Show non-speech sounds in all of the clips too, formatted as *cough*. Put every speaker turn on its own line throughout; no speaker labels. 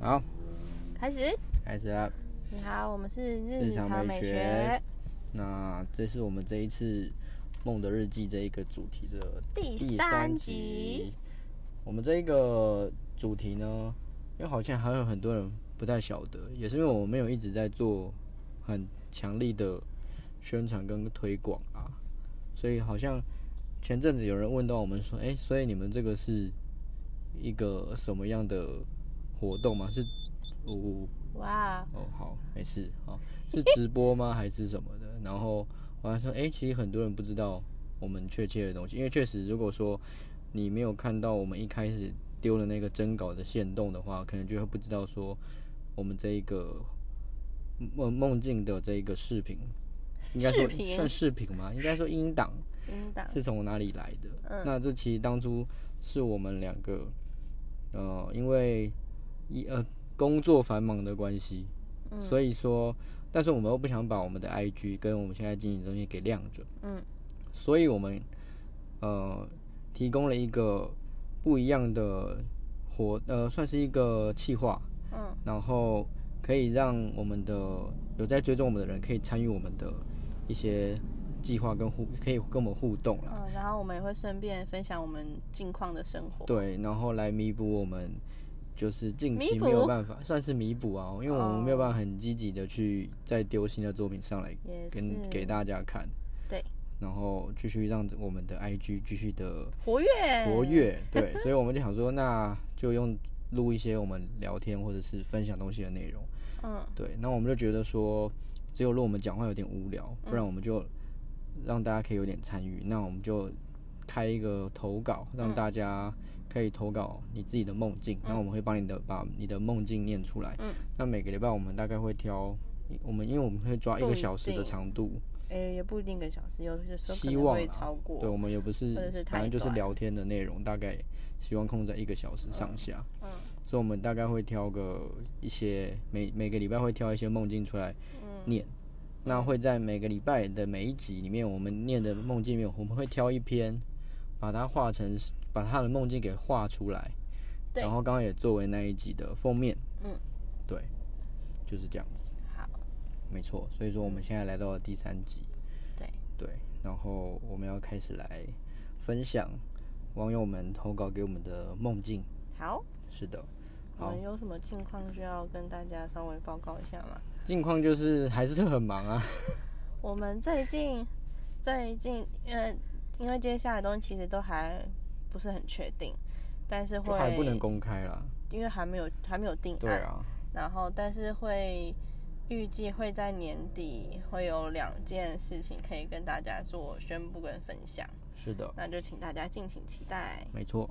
好，
开始。
开始啊啦。
你好，我们是
日
日
常
常
美
美
学
学
那这是我们这一次《梦的日记》这一个主题的
第
第
三
三
集
集。。我们这一个主题呢，因为好像还有很多人不太晓得，也是因为我们没有一直在做很强力的宣传跟推广啊，所以好像前阵子有人问到我们说，哎、所以你们这个是一个什么样的活动吗？是，我、我
哇，
哦，好，没事，好，是直播吗？还是什么的？ *laughs* 然后我还说，哎、其实很多人不知道我们确切的东西，因为确实，如果说你没有看到我们一开始丢的那个征稿的线动的话，可能就会不知道说我们这一个梦梦境的这一个视频，应该
视
说
频
算视频吗？应该说音档
音档
是从哪里来的？那这其实当初是我们两个，呃，因为一呃工作繁忙的关系，所以说，但是我们又不想把我们的 IG 跟我们现在经营的东西给晾着，
嗯，
所以我们呃提供了一个不一样的活，呃，算是一个企划，嗯，然后可以让我们的有在追踪我们的人可以参与我们的一些计划跟互，可以跟我们互动啦。
嗯，然后我们也会顺便分享我们近况的生活。
对，然后来弥补我们就是近期
弥补
没有办法，算是弥补啊，因为我
哦
们没有办法很积极的去再丢新的作品上来
也
跟
是
给大家看，
对，
然后继续让我们的 IG 继续的
活跃，
活，跃，
呃
对，所以我们就想说，那就用录一些我们聊天或者是分享东西的内容，
嗯，
对，那我们就觉得说，只有录我们讲话有点无聊，不
嗯
然我们就让大家可以有点参与。那我们就开一个投稿，
嗯
让大家可以投稿你自己的梦境，然后我们会帮你的把你的梦境念出来。
嗯
那每个礼拜我们大概会挑，我们因为我们会抓一
不
个
一
小时的
定
长度，
哎，也不一定一个小时，有些时候可
希
能
望
会
啊
超过。
对，我们也不是
或者是，太
反正就是
短
聊天的内容，大概希望控制在一个小时上下。嗯，所以我们大概会挑个一些每每个礼拜会挑一些梦境出来
嗯
念。那会在每个礼拜的每一集里面，我们念的梦境里面，我们会挑一篇，把它画成，把他的梦境给画出来，
对
然后刚刚也作为那一集的封面。
嗯，
对，就是这样子。
好，
没错，所以说我们现在来到了第三集。
对
对，然后我们要开始来分享网友们投稿给我们的梦境。
好，
是的，
我
好
们有什么近况需要跟大家稍微报告一下吗？
近况就是还是很忙啊。
我们最近最近，呃，因为接下来的东西其实都还不是很确定，但是
就
会
还不能公开啦。
因为还没有还没有定
对
案，
啊，
然后但是会预计会在年底会有两件事情可以跟大家做宣布跟分享，
是的，
那就请大家敬请期待。
没错。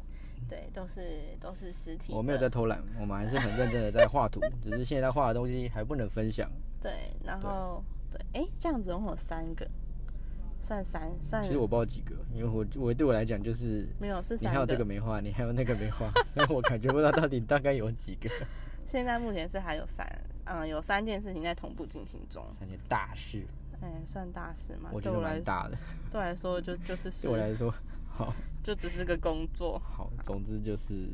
对，都是都是实体的，
我没有在偷懒，我们还是很认真的在画图，只是现在画的东西还不能分
*laughs*
享。
对，然后对，哎，这样子总共有三个，算三算
其实我不知道几个，因为我我对我来讲就是。
没有是
你
三
还有这个没画，你还有那个没
*laughs*
画，所以我感觉不到到底大概有几个。
现在目前是还有三，嗯，有三件事情在同步进行中。
三件大事，
哎，算大事吗？
我觉
对
得
我来
蛮大的。
对我来说就就是事
对我，来说，好
就只是个工作。
好，总之就是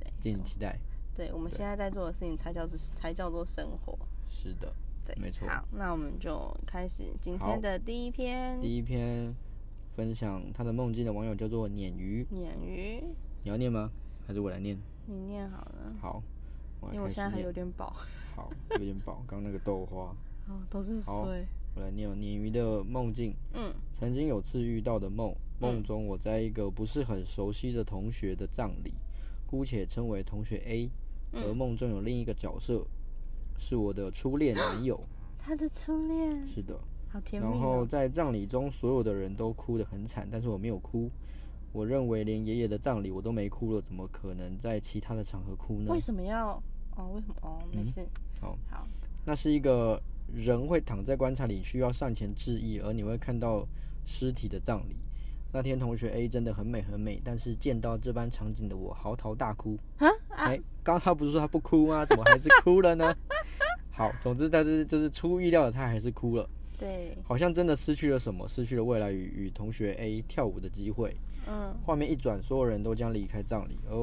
对，
敬请期待。
对我们现在在做的事情才叫做才叫做生活。
是的，
对，
没错
好，那我们就开始今
好
天的第一篇
第一篇分享他的梦境的网友叫做鲶鱼，
鲶鱼，
你要念吗？还是我来念？
你念好了，
好，我来
嗯因为我
开
现
始
在还有
念。
点饱，
好，有点饱，刚那个豆花。
哦，都是
好
水。
我来念哦鲶鱼的梦境。
嗯，
曾经有次遇到的梦，梦中我在一个不是很熟悉的同学的葬礼，姑且称为同学 A，而
嗯
梦中有另一个角色，是我的初恋男友。
他的初恋
是的，
好甜蜜
然后
哦。
在葬礼中，所有的人都哭得很惨，但是我没有哭。我认为连爷爷的葬礼我都没哭了，怎么可能在其他的场合哭呢嗯
为？什么要？哦，为什么？哦，没事。
好，
好，
那是一个人会躺在棺材里，需要上前致意，而你会看到尸体的葬礼。那天同学 A 真的很美很美，但是见到这般场景的我嚎啕大哭。哎、刚刚他不是说他不哭吗？怎么还是哭了呢？好，总之他是就是出意料的，他还是哭了。
对，
好像真的失去了什么，失去了未来与与同学 A 跳舞的机会。
嗯，
画面一转，所有人都将离开葬礼，而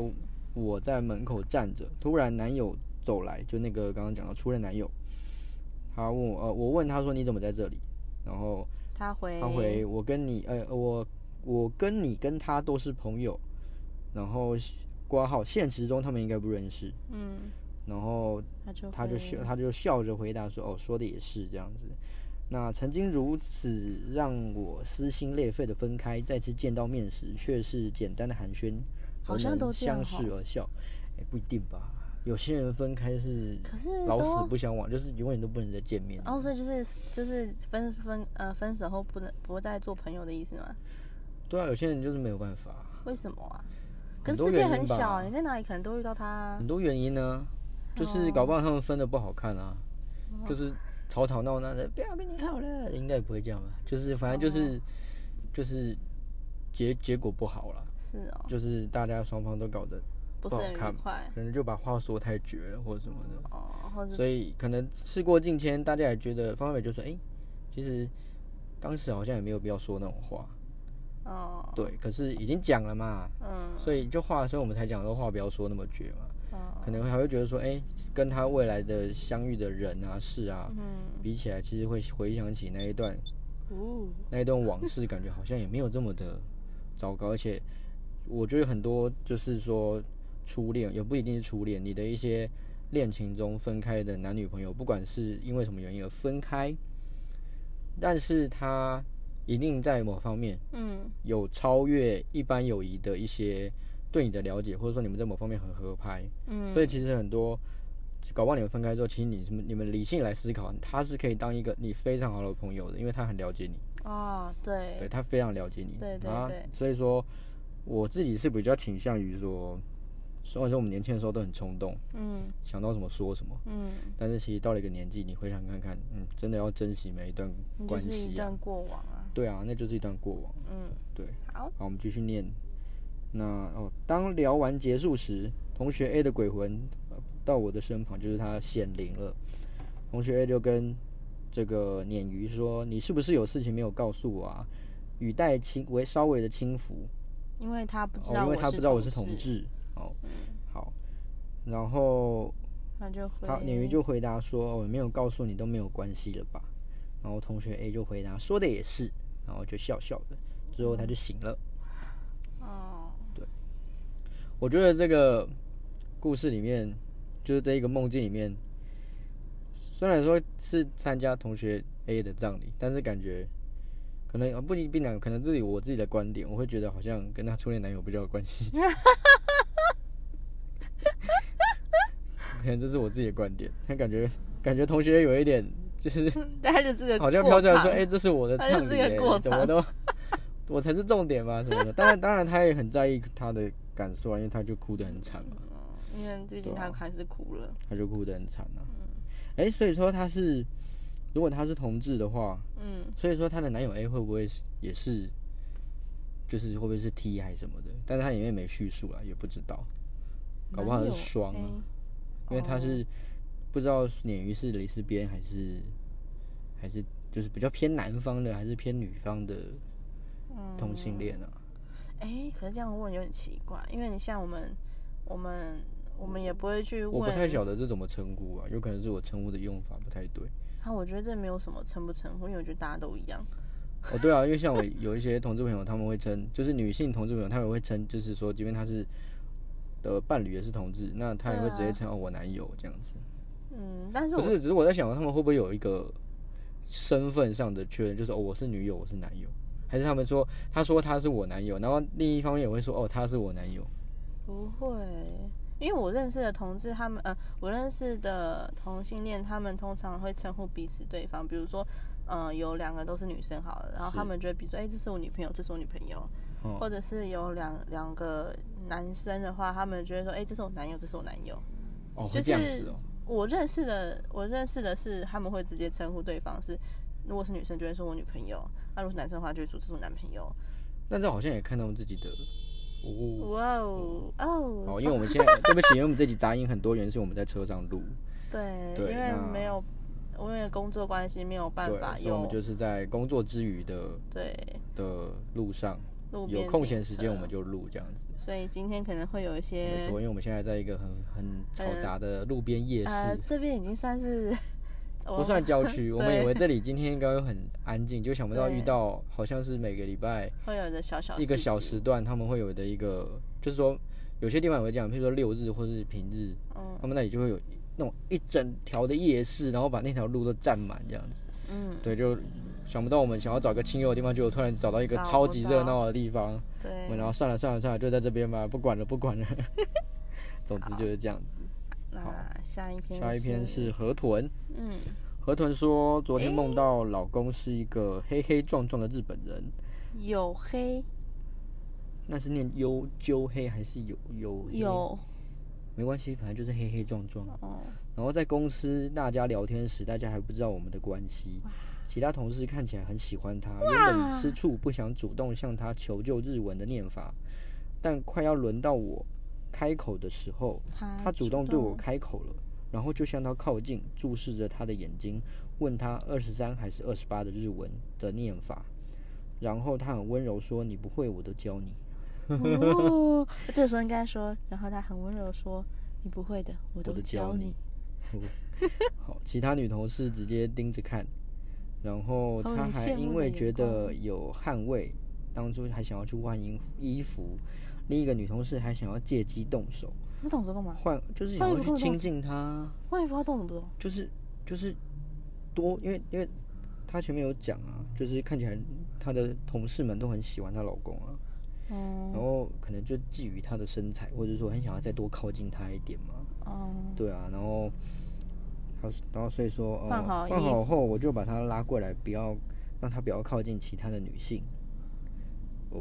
我在门口站着。突然，男友走来，就那个刚刚讲到初恋男友，他问我，呃，我问他说你怎么在这里，然后
他回
他回我跟你，呃，我我跟你跟他都是朋友，然后挂号，现实中他们应该不认识，
嗯，
然后
他就
他就
回
笑，他就笑着回答说：“哦，说的也是这样子。”那曾经如此让我撕心裂肺的分开，再次见到面时，却是简单的寒暄，
好像
而能
都这样
相视而笑。哎、不一定吧？有些人分开是
可是
老
都
死不相往，就是永远都不能再见面。
哦，所以就是就是分分呃分手后不能不再做朋友的意思吗？
对啊，有些人就是没有办法，
为什么啊？可
很
是
多
世界
原因
很小、
吧
欸你在哪里可能都遇到他、啊
很。多原因呢，
哦
就是搞不好他们分的不好看啊，就是吵吵闹闹的，不要跟你好了，应该也不会这样吧？就是反正
哦
就是、就是结结果不好了。
是哦，
就是大家双方都搞得不
不是
好
很
看
愉快
可能就把话说太绝了或者什么的，
哦，或者
所以可能事过境迁，大家也觉得方伟就说，哎、其实当时好像也没有必要说那种话，
哦，
对，可是已经讲了嘛，
嗯
所以就话，所以我们才讲说话不要说那么绝嘛，
哦
可能还会觉得说，哎、跟他未来的相遇的人啊事啊
嗯
比起来，其实会回想起那一段
哦
那一段往事，感觉好像也没有这么的糟糕。而且我觉得很多就是说初恋，也不一定是初恋，你的一些恋情中分开的男女朋友，不管是因为什么原因而分开，但是他一定在某方面
嗯
有超越一般友谊的一些对你的了解，或者说你们在某方面很合拍，
嗯，
所以其实很多。搞不好你们分开之后，其实你什么你们理性来思考，他是可以当一个你非常好的朋友的，因为他很了解你。
哦
对
对，
他非常了解你，
对对
啊
对
所以说我自己是比较倾向于说，虽然说我们年轻的时候都很冲动，
嗯
想到什么说什么，
嗯，
但是其实到了一个年纪，你回想看看，嗯，真的要珍惜每一段
那就
关
是一
系啊，
段过往啊，
对啊，那就是一段过往。
嗯，
对，
好，
好，我们继续念。那哦，当聊完结束时，同学 A 的鬼魂呃到我的身旁，就是他显灵了。同学 A 就跟这个鲶鱼说：“你是不是有事情没有告诉我啊？”语带轻微稍微的轻浮，
因为他不知
哦，
道
因
我
为
是
他不知道我是
同嗯
同
志，
志。哦，好。然后
他就回
他鲶鱼就回答说：“哦我没有告诉你都没有关系了吧？”然后同学 A 就回答：“说的也是。”然后就笑笑的，之后他就醒了。
哦 *laughs*
我觉得这个故事里面，就是这一个梦境里面，虽然说是参加同学 A 的葬礼，但是感觉可能呃不一定讲，可能这里我自己的观点，我会觉得好像跟她初恋男友比较有关系。可能这是我自己的观点，但感觉感觉同学有一点就是
带着这个
好像
过
飘出来说，
场
哎、这是我的
他就
唱
是
礼、
个
欸
过，
怎么
场
都我才是重点嘛什么的。当然，当然他也很在意他的感受啊，因为他就哭得很惨嘛，
因为最近
对
他
啊
还是哭了，
他就哭得很惨啊。
嗯
哎、所以说他是，如果他是同志的话，
嗯，
所以说她的男友 A 会不会是也是，就是会不会是 T 还是什么的？但是他里面没叙述啊，也不知道，搞不好是
男友哦
双啊因
A，
为他是不知道鲶鱼是蕾丝边还是还是就是比较偏男方的还是偏女方的
嗯
同性恋啊。
哎、可是这样问有点奇怪，因为你像我们，我们我们也不会去
我不太
问。
晓得这怎么称呼啊，有可能是我称呼的用法不太对。
啊，我觉得这没有什么称不称呼，因为我觉得大家都一样。
哦，对啊，因为像我有一些同志朋友，他们会称，就是女性同志朋友，他们会称，就是说，即便他是的伴侣也是同志，那他也会直接称、哦我男友这样子。
嗯，啊但是
不
我
是，只是我在想，他们会不会有一个身份上的确认，就是哦我是女友，我是男友，还是他们说他说他是我男友，然后另一方面也会说哦他是我男友。
不会，因为我认识的同志，他们呃，我认识的同性恋，他们通常会称呼彼此对方，比如说，呃，有两个都是女生好了，然后
是
他们就会比如说，哎、这是我女朋友，这是我女朋友，
哦
或者是有两两个男生的话，他们就会说，哎、这是我男友，这是我男友。
哦，
就
会
是
这样子哦。
我认识的，我认识的是他们会直接称呼对方是，如果是女生就会说我女朋友，那、如果是男生的话就会说这是我男朋友。
但这好像也看到自己的哦。
哇哦
哦，
哦，
因为我们现在对不起，因为我们这集杂音很多，原因是我们在车上录，
对，
对
因为
那
没有，因为工作关系没有办
对，
法
所以我
用
们，就是在工作之余的
对
的路上，
路边
有空
停
闲时间
车
我们就录这样子。
所以今天可能会有一
没
些
错，因为我们现在在一个很很嘈杂的路边夜
呃
市，，
这边已经算是我
不算郊
*laughs*
区。我们以
对
为这里今天应该会很安静，就想不到
对
遇到好像是每个礼拜
会有的小小
一个
事
小
情，
时段他们会有的一个，就是说有些地方也会这样，譬如说六日或是平日，
嗯
他们那里就会有那种一整条的夜市，然后把那条路都占满这样子。
嗯，
对，就想不到我们想要找个清幽的地方，结果突然找到一个
找
超
不
级
到
热闹的地方。我们
对，
然后算了算了算了，就在这边吧，不管了不管了。 *laughs* 总之就是这样子。
那下一篇
下一篇是河豚。
嗯
河豚说，昨天梦到老公是一个黑黑壮壮的日本人，
有黑
那是念幽鸠黑还是有有黑？
有
没关系，反正就是黑黑壮壮。
哦
然后在公司大家聊天时，大家还不知道我们的关系。其他同事看起来很喜欢他，原本吃醋不想主动向他求救日文的念法，但快要轮到我开口的时候，
他
他主动对我开口了，然后就向他靠近，注视着他的眼睛，问他二十三还是二十八的日文的念法，然后他很温柔说：“你不会，我都教你。 *laughs*
哦，这时候应该说，然后他很温柔说：“你不会的，我
我
都
都教
教
你”好，其他女同事直接盯着看，然后
从
他
你
还
羡慕
因
的
为
眼
觉得
光
有汗味，当初还想要去换衣衣服，另一个女同事还想要借机动手，
那动手干嘛？
换就是想
哦换衣
要
服
去
动手
亲近他。
换衣服要动手不动？
就是就是多，因为因为她前面有讲啊，就是看起来她的同事们都很喜欢她老公啊，然
嗯
后可能就觊觎她的身材，或者说很想要再多靠近她一点嘛，
嗯，
对啊，然后她然后所以说呃
换好衣
换好后，我就把她拉过来，不要让她不要靠近其他的女性。哦，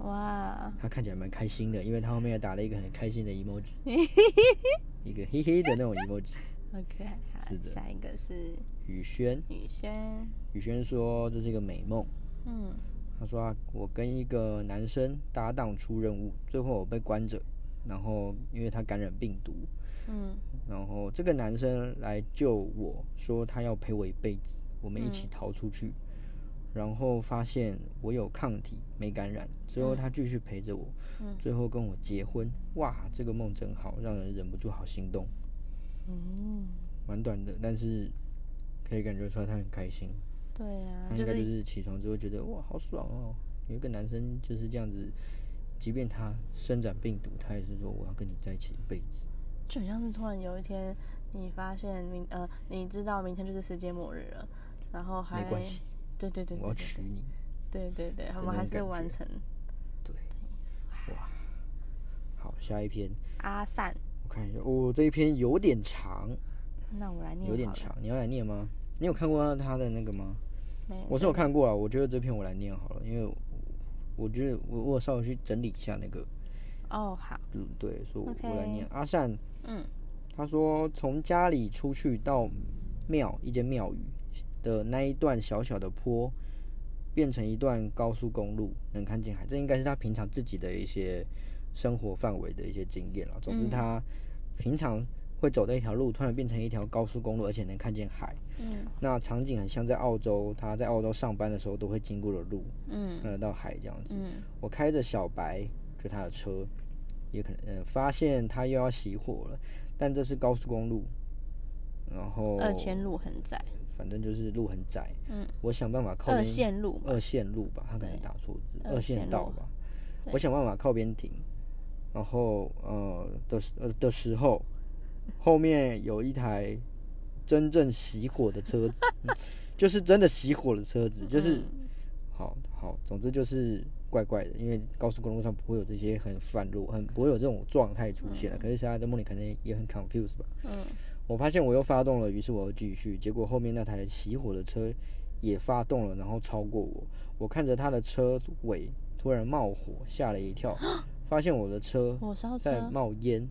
哇，
她看起来蛮开心的，因为她后面还打了一个很开心的
*laughs*
emoji，一个嘿嘿的那种 emoji。
OK，好
是，的
下一个是
宇轩，
雨轩，
宇轩说这是一个美梦。
嗯，
他说、啊、我跟一个男生搭档出任务，最后我被关着，然后因为他感染病毒，
嗯，
然后这个男生来救我说他要陪我一辈子，我们一起逃出去，然后发现我有抗体没感染，之后他继续陪着我，最后跟我结婚，哇，这个梦真好，让人忍不住好心动，
嗯，
蛮短的，但是可以感觉出来他很开心。
对呀、
他
啊就
应该就是是起床之后觉得哇好爽哦，有一个男生就是这样子，即便他生长病毒，他也是说我要跟你在一起一辈子。
就很像是突然有一天，你发现明呃，你知道明天就是世界末日了，然后哦还
没关系，
对对对
我
对
要娶你。
对对对，我
那
们还
种
是
感
完
觉
成
好，下一篇
阿散，
我看一下，哦，这一篇有点长，
那我来念好了，
有点长，你要来念吗？你有看过他的那个吗？
没有，
我是有看过啊，我觉得这篇我来念好了，因为我我觉得我我有稍微去整理一下那个
哦好，
嗯，对，所以我我来
OK
念。阿善，
嗯，
他说从家里出去到庙一间庙宇的那一段小小的坡，变成一段高速公路，能看见海。这应该是他平常自己的一些生活范围的一些经验了。总之，
嗯
他平常会走的一条路，突然变成一条高速公路，而且能看见海。
嗯
那场景很像在澳洲，他在澳洲上班的时候都会经过的路，
嗯
看得到海这样子。
嗯
我开着小白，就他的车，也可能呃发现他又要熄火了，但这是高速公路，然后
二千路很窄，
反正就是路很窄，
嗯，
我想办法靠
二
边
线路嘛，
二线路吧，他可能打错字，
二
二
线
线道
路
吧，
对
我想办法靠边停，然后呃的时呃的时候，后面有一台真正熄火的车子， *laughs* 嗯就是真的熄火的车子，就是。
嗯
好好，总之就是怪怪的，因为高速公路上不会有这些很反落，很不会有这种状态出现啊的。可是现在在梦里可能也很 confused 吧。
嗯，
我发现我又发动了，于是我又继续，结果后面那台熄火的车也发动了，然后超过我。我看着他的车尾突然冒火，吓了一跳，
啊
*gasps* 发现我的车
火烧
在
车，
冒烟。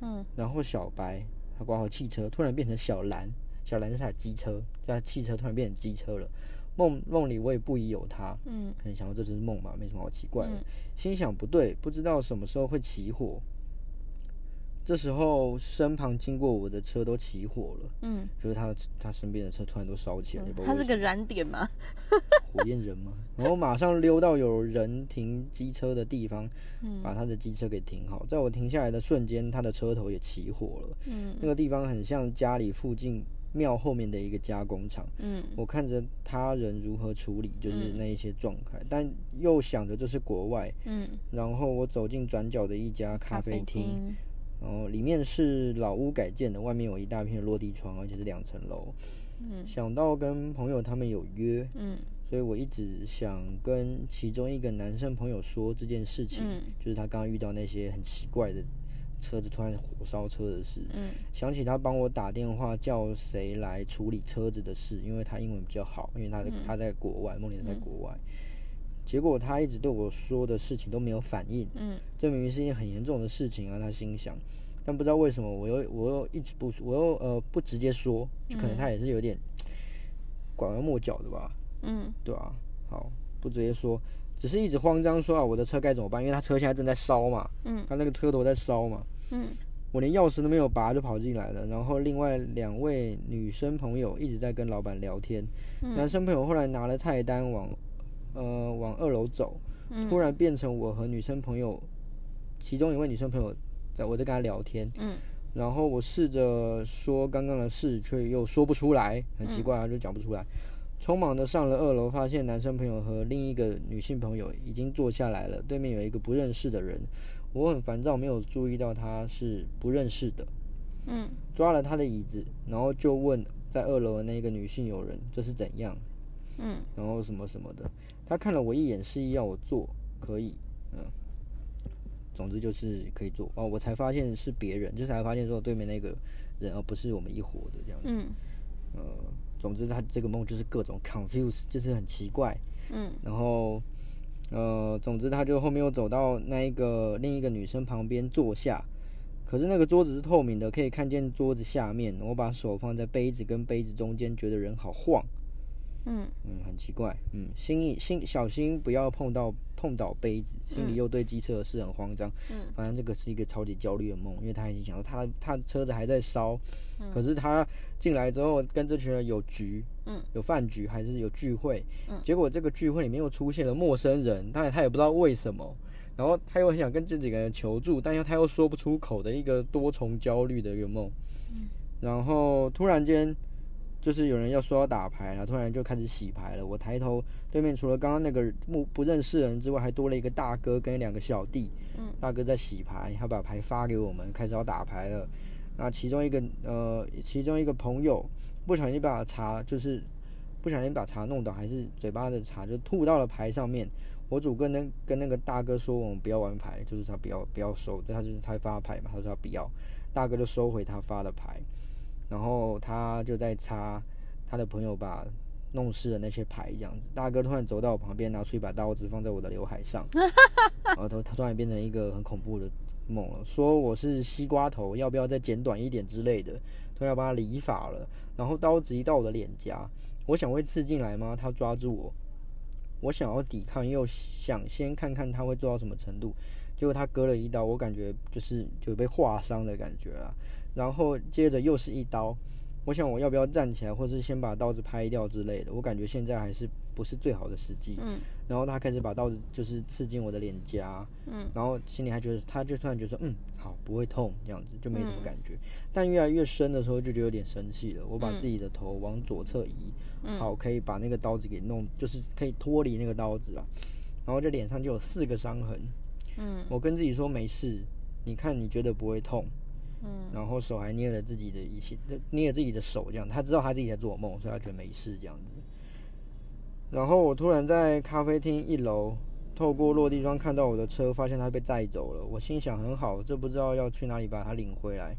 嗯，
然后小白他挂号汽车，突然变成小蓝，小蓝是他的机车，他汽车突然变成机车了。梦梦里我也不疑有他，
嗯，
可能想到这只是梦吧，没什么好奇怪的。心想不对，不知道什么时候会起火。这时候身旁经过我的车都起火了，
嗯，
就是他他身边的车突然都烧起来，也不知道
他
为
是
什
个燃点嘛，
么火焰人嘛。然后马上溜到有人停机车的地方，
嗯
把他的机车给停好。在我停下来的瞬间，他的车头也起火了。
嗯
那个地方很像家里附近庙后面的一个加工厂。
嗯，
我看着他人如何处理，就是那一些状态，但又想着这是国外。
嗯，
然后我走进转角的一家咖啡厅，，然后里面是老屋改建的，外面有一大片落地窗，而且是两层楼。
嗯
想到跟朋友他们有约，
嗯
所以我一直想跟其中一个男生朋友说这件事情，
嗯
就是他刚刚遇到那些很奇怪的车子突然火烧车的事。
嗯
想起他帮我打电话叫谁来处理车子的事，因为他英文比较好，因为他在、
嗯
他在国外，梦莲在国外。结果他一直对我说的事情都没有反应，
嗯
这明明是一件很严重的事情啊，他心想。但不知道为什么，我又我又一直不，我又呃不直接说，就可能他也是有点拐弯抹角的吧，
嗯
对啊，好，不直接说，只是一直慌张说啊，我的车该怎么办？因为他车现在正在烧嘛，
嗯，
他那个车头在烧嘛，
嗯
我连钥匙都没有拔就跑进来了，然后另外两位女生朋友一直在跟老板聊天，
嗯
男生朋友后来拿了菜单往呃往二楼走，
嗯
突然变成我和女生朋友，其中一位女生朋友在我在跟她聊天，
嗯
然后我试着说刚刚的事，却又说不出来，很奇怪啊，
嗯
就讲不出来。匆忙的上了二楼，发现男生朋友和另一个女性朋友已经坐下来了，对面有一个不认识的人，我很烦躁，没有注意到他是不认识的，
嗯
抓了他的椅子，然后就问在二楼的那个女性友人这是怎样，
嗯
然后什么什么的。他看了我一眼，示意要我做，可以，嗯，总之就是可以做哦。我才发现是别人，就是才发现说对面那个人，哦而、不是我们一伙的这样子。
嗯
呃，总之他这个梦就是各种 confuse，就是很奇怪。
嗯
然后，呃，总之他就后面又走到那一个另一个女生旁边坐下，可是那个桌子是透明的，可以看见桌子下面。我把手放在杯子跟杯子中间，觉得人好晃。
嗯
嗯，很奇怪，嗯，心意心小心不要碰到碰倒杯子，心里又对机车的事很慌张，
嗯，
反正这个是一个超级焦虑的梦，因为他已经想到他他的车子还在烧，可是他进来之后跟这群人有局，
嗯，
有饭局还是有聚会，
嗯
结果这个聚会里面又出现了陌生人，但他也不知道为什么，然后他又很想跟这几个人求助，但又他又说不出口的一个多重焦虑的一个梦，
嗯
然后突然间。就是有人要说要打牌了，突然就开始洗牌了。我抬头，对面除了刚刚那个不不认识的人之外，还多了一个大哥跟两个小弟。
嗯，
大哥在洗牌，他把牌发给我们，开始要打牌了。那其中一个呃，其中一个朋友不小心把茶就是不小心把茶弄倒，还是嘴巴的茶就吐到了牌上面。我主跟那跟那个大哥说，我们不要玩牌，就是他不要不要收，对他就是他发牌嘛，他说他不要，大哥就收回他发的牌，然后他就在擦他的朋友把弄湿的那些牌这样子。大哥突然走到我旁边，拿出一把刀子放在我的刘海上，然后他他突然变成一个很恐怖的梦了，说我是西瓜头，要不要再剪短一点之类的，突然要把他理发了，然后刀直一到我的脸颊，我想会刺进来吗？他抓住我，我想要抵抗，又想先看看他会做到什么程度。结果他割了一刀，我感觉就是就被划伤的感觉啊。然后接着又是一刀，我想我要不要站起来，或是先把刀子拍掉之类的。我感觉现在还是不是最好的时机。
嗯
然后他开始把刀子就是刺进我的脸颊，
嗯
然后心里还觉得，他就突然觉得说，嗯，好，不会痛，这样子就没什么
嗯
感觉。但越来越深的时候，就觉得有点生气了。我把自己的头往左侧移，
嗯
好，可以把那个刀子给弄，就是可以脱离那个刀子了。然后这脸上就有四个伤痕。
嗯
我跟自己说没事，你看你觉得不会痛，
嗯
然后手还捏了自己的一些，捏了自己的手，这样他知道他自己在做梦，所以他觉得没事这样子。然后我突然在咖啡厅一楼，透过落地窗看到我的车，发现它被载走了。我心想很好，这不知道要去哪里把它领回来。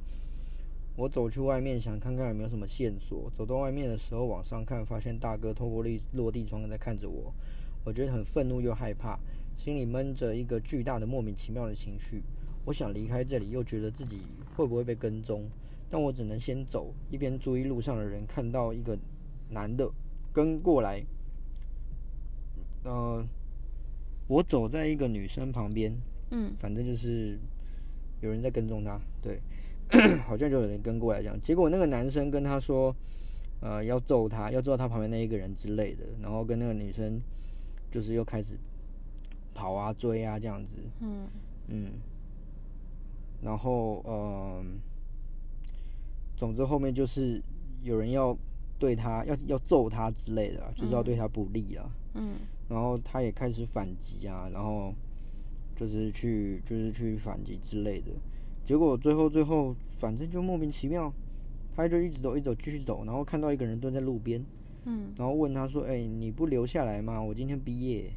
我走去外面想看看有没有什么线索。走到外面的时候往上看，发现大哥透过立落地窗在看着我。我觉得很愤怒又害怕，心里闷着一个巨大的莫名其妙的情绪。我想离开这里，又觉得自己会不会被跟踪，但我只能先走，一边注意路上的人，看到一个男的跟过来，呃，我走在一个女生旁边，
嗯
反正就是有人在跟踪她，对， *coughs* 好像就有人跟过来这样。结果那个男生跟他说，呃，要揍他，要揍他旁边那一个人之类的，然后跟那个女生就是又开始跑啊追啊这样子，
嗯，
嗯，然后呃，总之后面就是有人要对他要要揍他之类的啊，就是要对他不利啊。
嗯，
然后他也开始反击啊，然后就是去就是去反击之类的。结果最后最后反正就莫名其妙，他就一直走一直走继续走，然后看到一个人蹲在路边，
嗯，
然后问他说：“哎、你不留下来吗？我今天毕业。”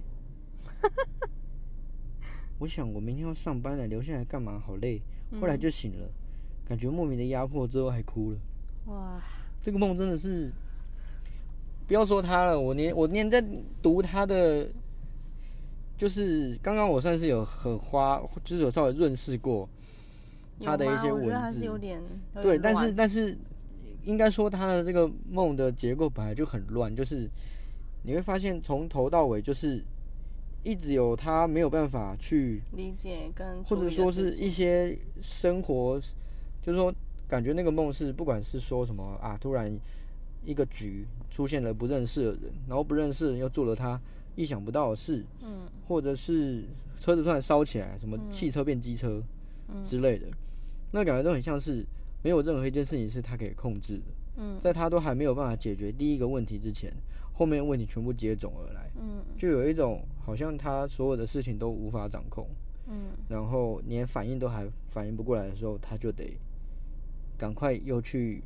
我想我明天要上班了，留下来干嘛？好累。后来就醒了，感觉莫名的压迫，之后还哭了。
哇，
这个梦真的是，不要说他了，我连我连在读他的，就是刚刚我算是有很花，就是有稍微润饰过，
有
他的一
吗
些
我觉得
文
还是
字
有点有
对，
点
但是
乱
但是应该说他的这个梦的结构本来就很乱，就是你会发现从头到尾就是一直有他没有办法去
理解跟
或
处
者
理的
说
事
是
情
一些生活，就是说感觉那个梦是不管是说什么啊，突然一个局出现了不认识的人，然后不认识的人又做了他意想不到的事，
嗯
或者是车子突然烧起来，什么汽车变机车
嗯
之类的，那感觉都很像是没有任何一件事情是他可以控制的，
嗯
在他都还没有办法解决第一个问题之前，后面的问题全部接踵而来，
嗯
就有一种好像他所有的事情都无法掌控。
嗯
然后连反应都还反应不过来的时候，他就得赶快又去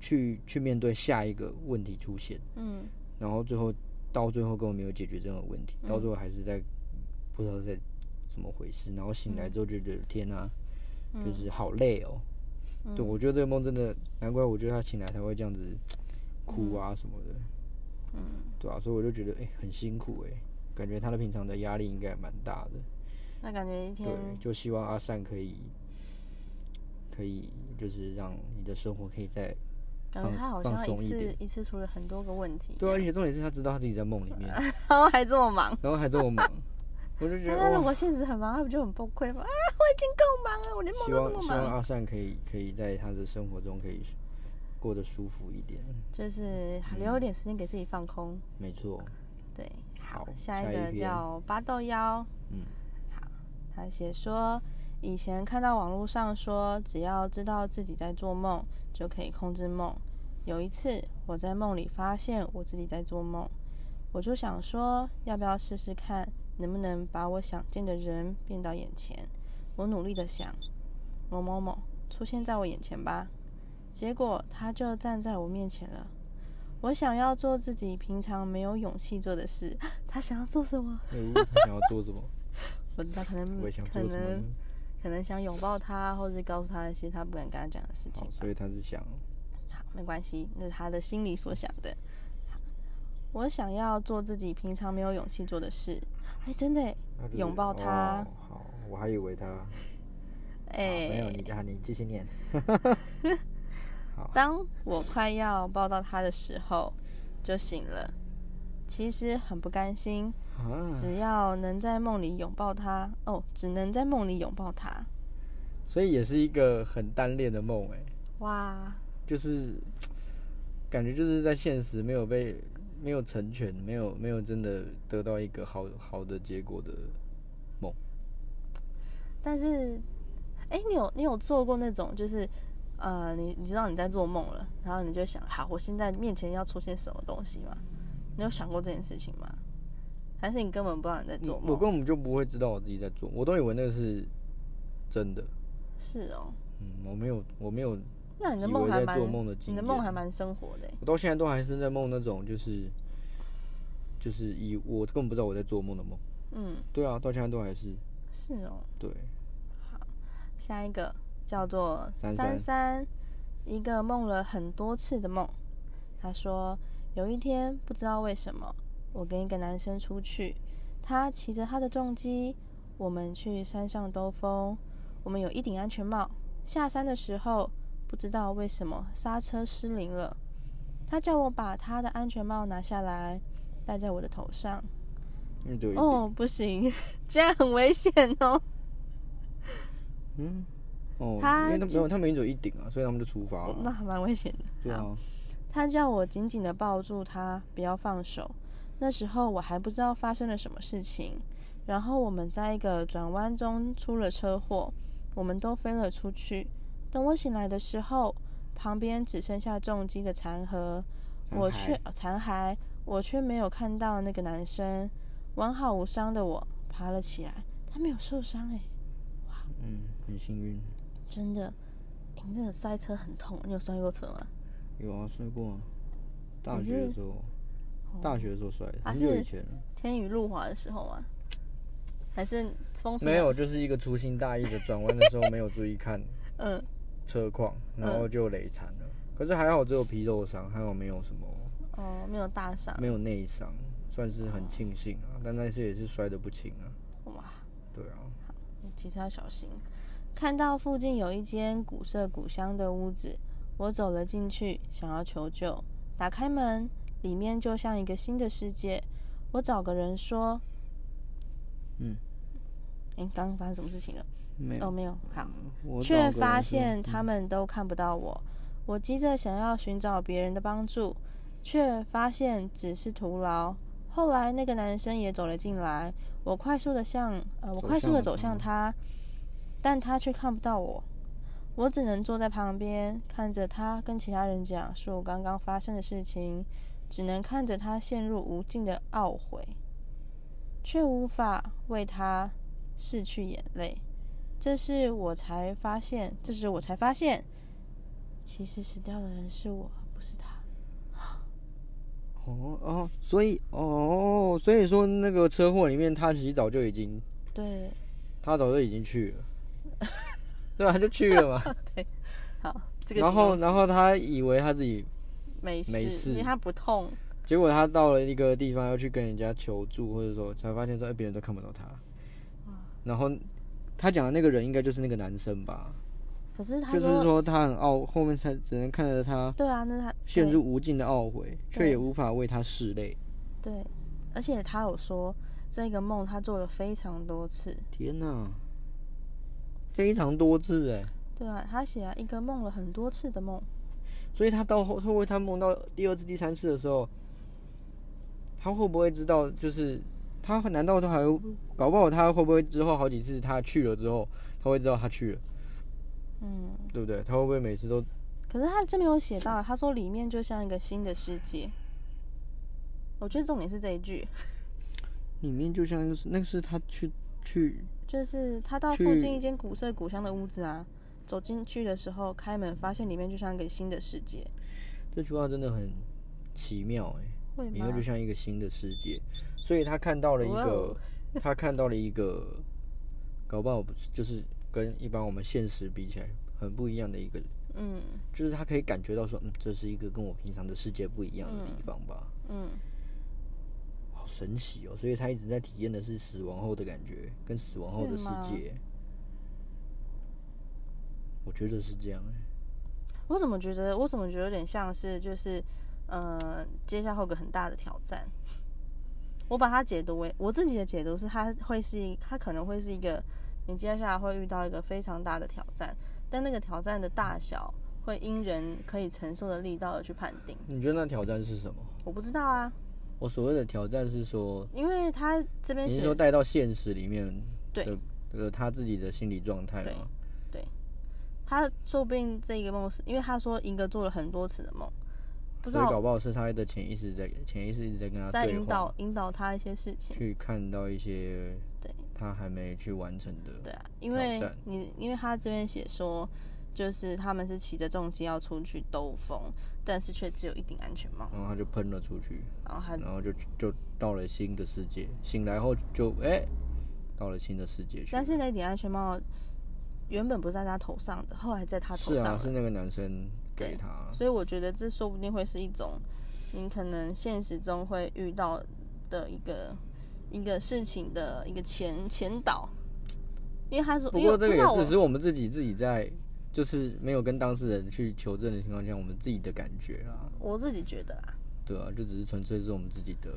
去去面对下一个问题出现，
嗯
然后最后到最后根本没有解决任何问题，到最后还是在不知道在怎么回事，然后醒来之后就觉得天呐，就是好累哦。
嗯
对，我觉得这个梦真的，难怪我觉得他醒来才会这样子哭啊什么的，嗯，对啊，所以我就觉得哎、很辛苦哎、感觉他的平常的压力应该蛮大的。
那感觉一天
对，就希望阿善可以，可以就是让你的生活可以在
感觉
放
他好
放
像一
松一
次
点
一次处理很多个问题，
对啊，而且重点是他知道他自己在梦里面，
然后还这么忙。
然后还这么忙，我就觉
但
得
他 *laughs* 如
哦，
果现实很忙，他不就很崩溃吗？啊，我已经够忙了，我连梦
希
都那
望
么
希望
忙，
阿善可以可以在他的生活中可以过得舒服一点，
嗯就是
嗯
留一点时间给自己放空。
没
*laughs*
错，
对，好
好，
下
下
一
一
个
篇
叫八豆妖。
嗯，
好，他写说，以前看到网络上说，只要知道自己在做梦，就可以控制梦。有一次，我在梦里发现我自己在做梦，我就想说，要不要试试看，能不能把我想见的人变到眼前？我努力的想，某某某出现在我眼前吧。结果他就站在我面前了。我想要做自己平常没有勇气做的事。 *gasps* 他想要做什么？
哎我他想要做什么，
不知道，可能
我也想
嗯可
做什么
能
呢？
可能想拥抱他，或是告诉他一些他不敢跟他讲的事情
好，
吧。
所以他是想，
好，没关系，那是他的心里所想的。好，我想要做自己平常没有勇气做的事。哎，真的耶，
他就是
拥抱他
哦好，我还以为他，好没有
哎，
你啊，你继续念，
当我快要抱到他的时候，就醒了。其实很不甘心，
啊，
只要能在梦里拥抱他，哦，只能在梦里拥抱他。
所以也是一个很单恋的梦哎。
哇，
就是感觉就是在现实没有被没有成全，没有没有真的得到一个好好的结果的。
但是，哎、你有你有做过那种就是，呃，你你知道你在做梦了，然后你就想，好，我现在面前要出现什么东西吗？你有想过这件事情吗？还是你根本不知道你在做
嗯我
梦？
根本就不会知道我自己在做，我都以为那个是真的。
是哦，
嗯，我没有我没有，
那你的
以
梦
为
还
在
蛮
做梦的经
你的
验
梦还蛮生活的欸。
我到现在都还是在梦那种就是就是以我根本不知道我在做梦的梦。
嗯，
对啊，到现在都还是
是哦。
对。
下一个叫做
三
三
三
三，一个梦了很多次的梦。他说，有一天不知道为什么，我跟一个男生出去，他骑着他的重机，我们去山上兜风，我们有一顶安全帽。下山的时候，不知道为什么刹车失灵了，他叫我把他的安全帽拿下来，戴在我的头上。
嗯，就一定、
*laughs* 哦哦，不行，这样很危险哦。
嗯，哦，因
他嗯
为他们
记
没有，他们只有一顶啊，所以他们就出发
那
了。
还蛮危险的。
对啊，
他叫我紧紧地抱住他，不要放手。那时候我还不知道发生了什么事情。然后我们在一个转弯中出了车祸，我们都飞了出去。等我醒来的时候，旁边只剩下重击的残骸，我却
残
呃残骸，我却没有看到那个男生。完好无伤的我爬了起来，他没有受伤诶、
嗯，很幸运，
真的。诶那个摔车很痛，你有摔过车吗？
有啊，摔过啊，大
可
学的
是
时候，大学的时候摔的，
啊
很久
是
以前了。
天雨路滑的时候吗？还是风吹
没有，就是一个粗心大意的转弯的时候没有注意看
*laughs* 嗯，
车况，然后就累残了。可是还好只有皮肉伤，还好没有什么
哦，没有大伤。
没有内伤，算是很庆幸啊。但那次也是摔得不轻啊。
哇，
对啊，
骑车要小心。看到附近有一间古色古香的屋子，我走了进去，想要求救。打开门，里面就像一个新的世界。我找个人说，
嗯，
诶，刚刚发生什么事情了？
没
哦，没有，好。
嗯我
却
找个
发
人
现他们都看不到我。我急着想要寻找别人的帮助，却发现只是徒劳。后来那个男生也走了进来，我快速的向呃，我
走
快速
向
的
了嗯
走向他，但他却看不到我。我只能坐在旁边看着他跟其他人讲述刚刚发生的事情，只能看着他陷入无尽的懊悔，却无法为他拭去眼泪。这是我才发现，这时我才发现，其实死掉的人是我，不是他。
哦哦，所以哦，所以说那个车祸里面，他其实早就已经，
对，
他早就已经去了，
*laughs*
对啊，他就去了嘛。
好， *laughs* 这个
然后，然
后
后他以为他自己，
没事，
没事
因为他不痛，
结果他到了一个地方要去跟人家求助，或者说才发现说，哎，别人都看不到他。然后他讲的那个人应该就是那个男生吧？
可是他
就
说，
是说他很懊，后面才只能看着他
对啊，那是他
陷
对
入无尽的懊悔，却
对
也无法为他拭泪。
对，而且他有说这个梦他做了非常多次，
天哪，非常多次哎。
对啊，他写了一个梦了很多次的梦，
所以他到后，会不会他梦到第二次、第三次的时候，他会不会知道？就是他难道都还会搞不好他会不会之后好几次他去了之后，他会知道他去了，
嗯，
对不对？他会不会每次都
可是他真的有写到，啊他说里面就像一个新的世界。我觉得重点是这一句，
里面就像是那是他去去
就是他到
去
附近一间古色古香的屋子啊，走进去的时候开门，发现里面就像一个新的世界，
这句话真的很奇妙哎、
会
里
吗
面？就像一个新的世界，所以他看到了一
哇
个
哦，
他看到了一个，搞不好就是跟一般我们现实比起来很不一样的一个
嗯
就是他可以感觉到说，嗯，这是一个跟我平常的世界不一样的地方吧，
嗯，
好神奇哦！所以他一直在体验的是死亡后的感觉，跟死亡后的世界。我觉得是这样哎、
我怎么觉得，我怎么觉得有点像是就是，呃，接下来会有个很大的挑战。我把它解读为我自己的解读是，它会是一，它可能会是一个，你接下来会遇到一个非常大的挑战，但那个挑战的大小会因人可以承受的力道而去判定。
你觉得那挑战是什么？
我不知道啊，
我所谓的挑战是说，
因为他这边
你是
写
说带到现实里面
对
的呃他自己的心理状态吗？
他说不定这一个梦是，因为他说一个做了很多次的梦，不知
所以搞
道
不好是他的潜意识在潜意识一直在跟他
在
对话
引导，引导他一些事情。
去看到一些
对
他还没去完成的。
对啊，因
挑
为
战
你因为他这边写说，就是他们是骑着重机要出去兜风，但是却只有一顶安全帽，
然后他就喷了出去，
然后他
然后就就到了新的世界，醒来后就哎、到了新的世界去。
但是那顶安全帽原本不是在他头上的，后来在他
是
头上
啊，
了
是啊那个男生给
对
他，
所以我觉得这说不定会是一种你可能现实中会遇到的一个一个事情的一个前前导，因为他是
不
因为
过这个
不知道
也
我
只是我们自己自己在，就是没有跟当事人去求证的情况下，我们自己的感觉啦，
我自己觉得啊，
对啊，就只是纯粹是我们自己的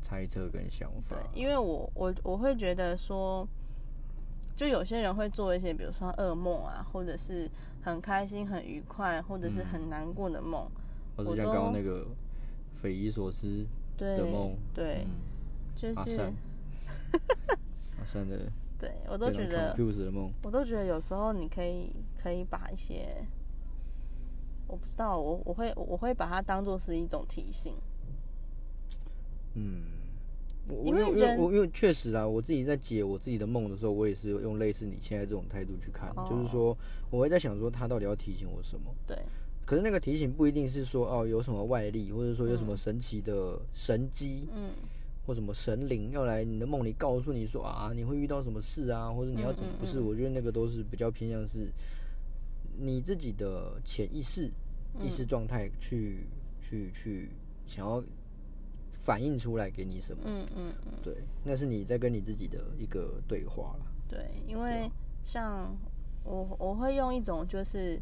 猜测跟想法嗯
对。，因为我我我会觉得说，就有些人会做一些，比如说噩梦啊，或者是很开心、很愉快，或者
嗯
是很难过的梦。
或者像刚刚那个匪夷所思
对
的梦，
对，
嗯
就
阿
是
善，阿善啊的
对我都
非
觉
常
得
confused 的梦，
我都觉得有时候你可以可以把一些，我不知道，我我会我我会把它当做是一种提醒。
嗯。我我
因
因
为
为
人
我因为确实啊，我自己在解我自己的梦的时候，我也是用类似你现在这种态度去看，
哦
就是说我会在想说他到底要提醒我什么。
对，
可是那个提醒不一定是说哦有什么外力，或者说有什么神奇的神机，
嗯，
或什么神灵要来你的梦里告诉你说啊，你会遇到什么事啊，或者你要怎么？不是，
嗯
我觉得那个都是比较偏向是你自己的潜意识、
嗯
意识状态去去去想要反映出来给你什么？
嗯嗯嗯，
对，那是你在跟你自己的一个对话了。
对，因
啊
为像我我会用一种就是，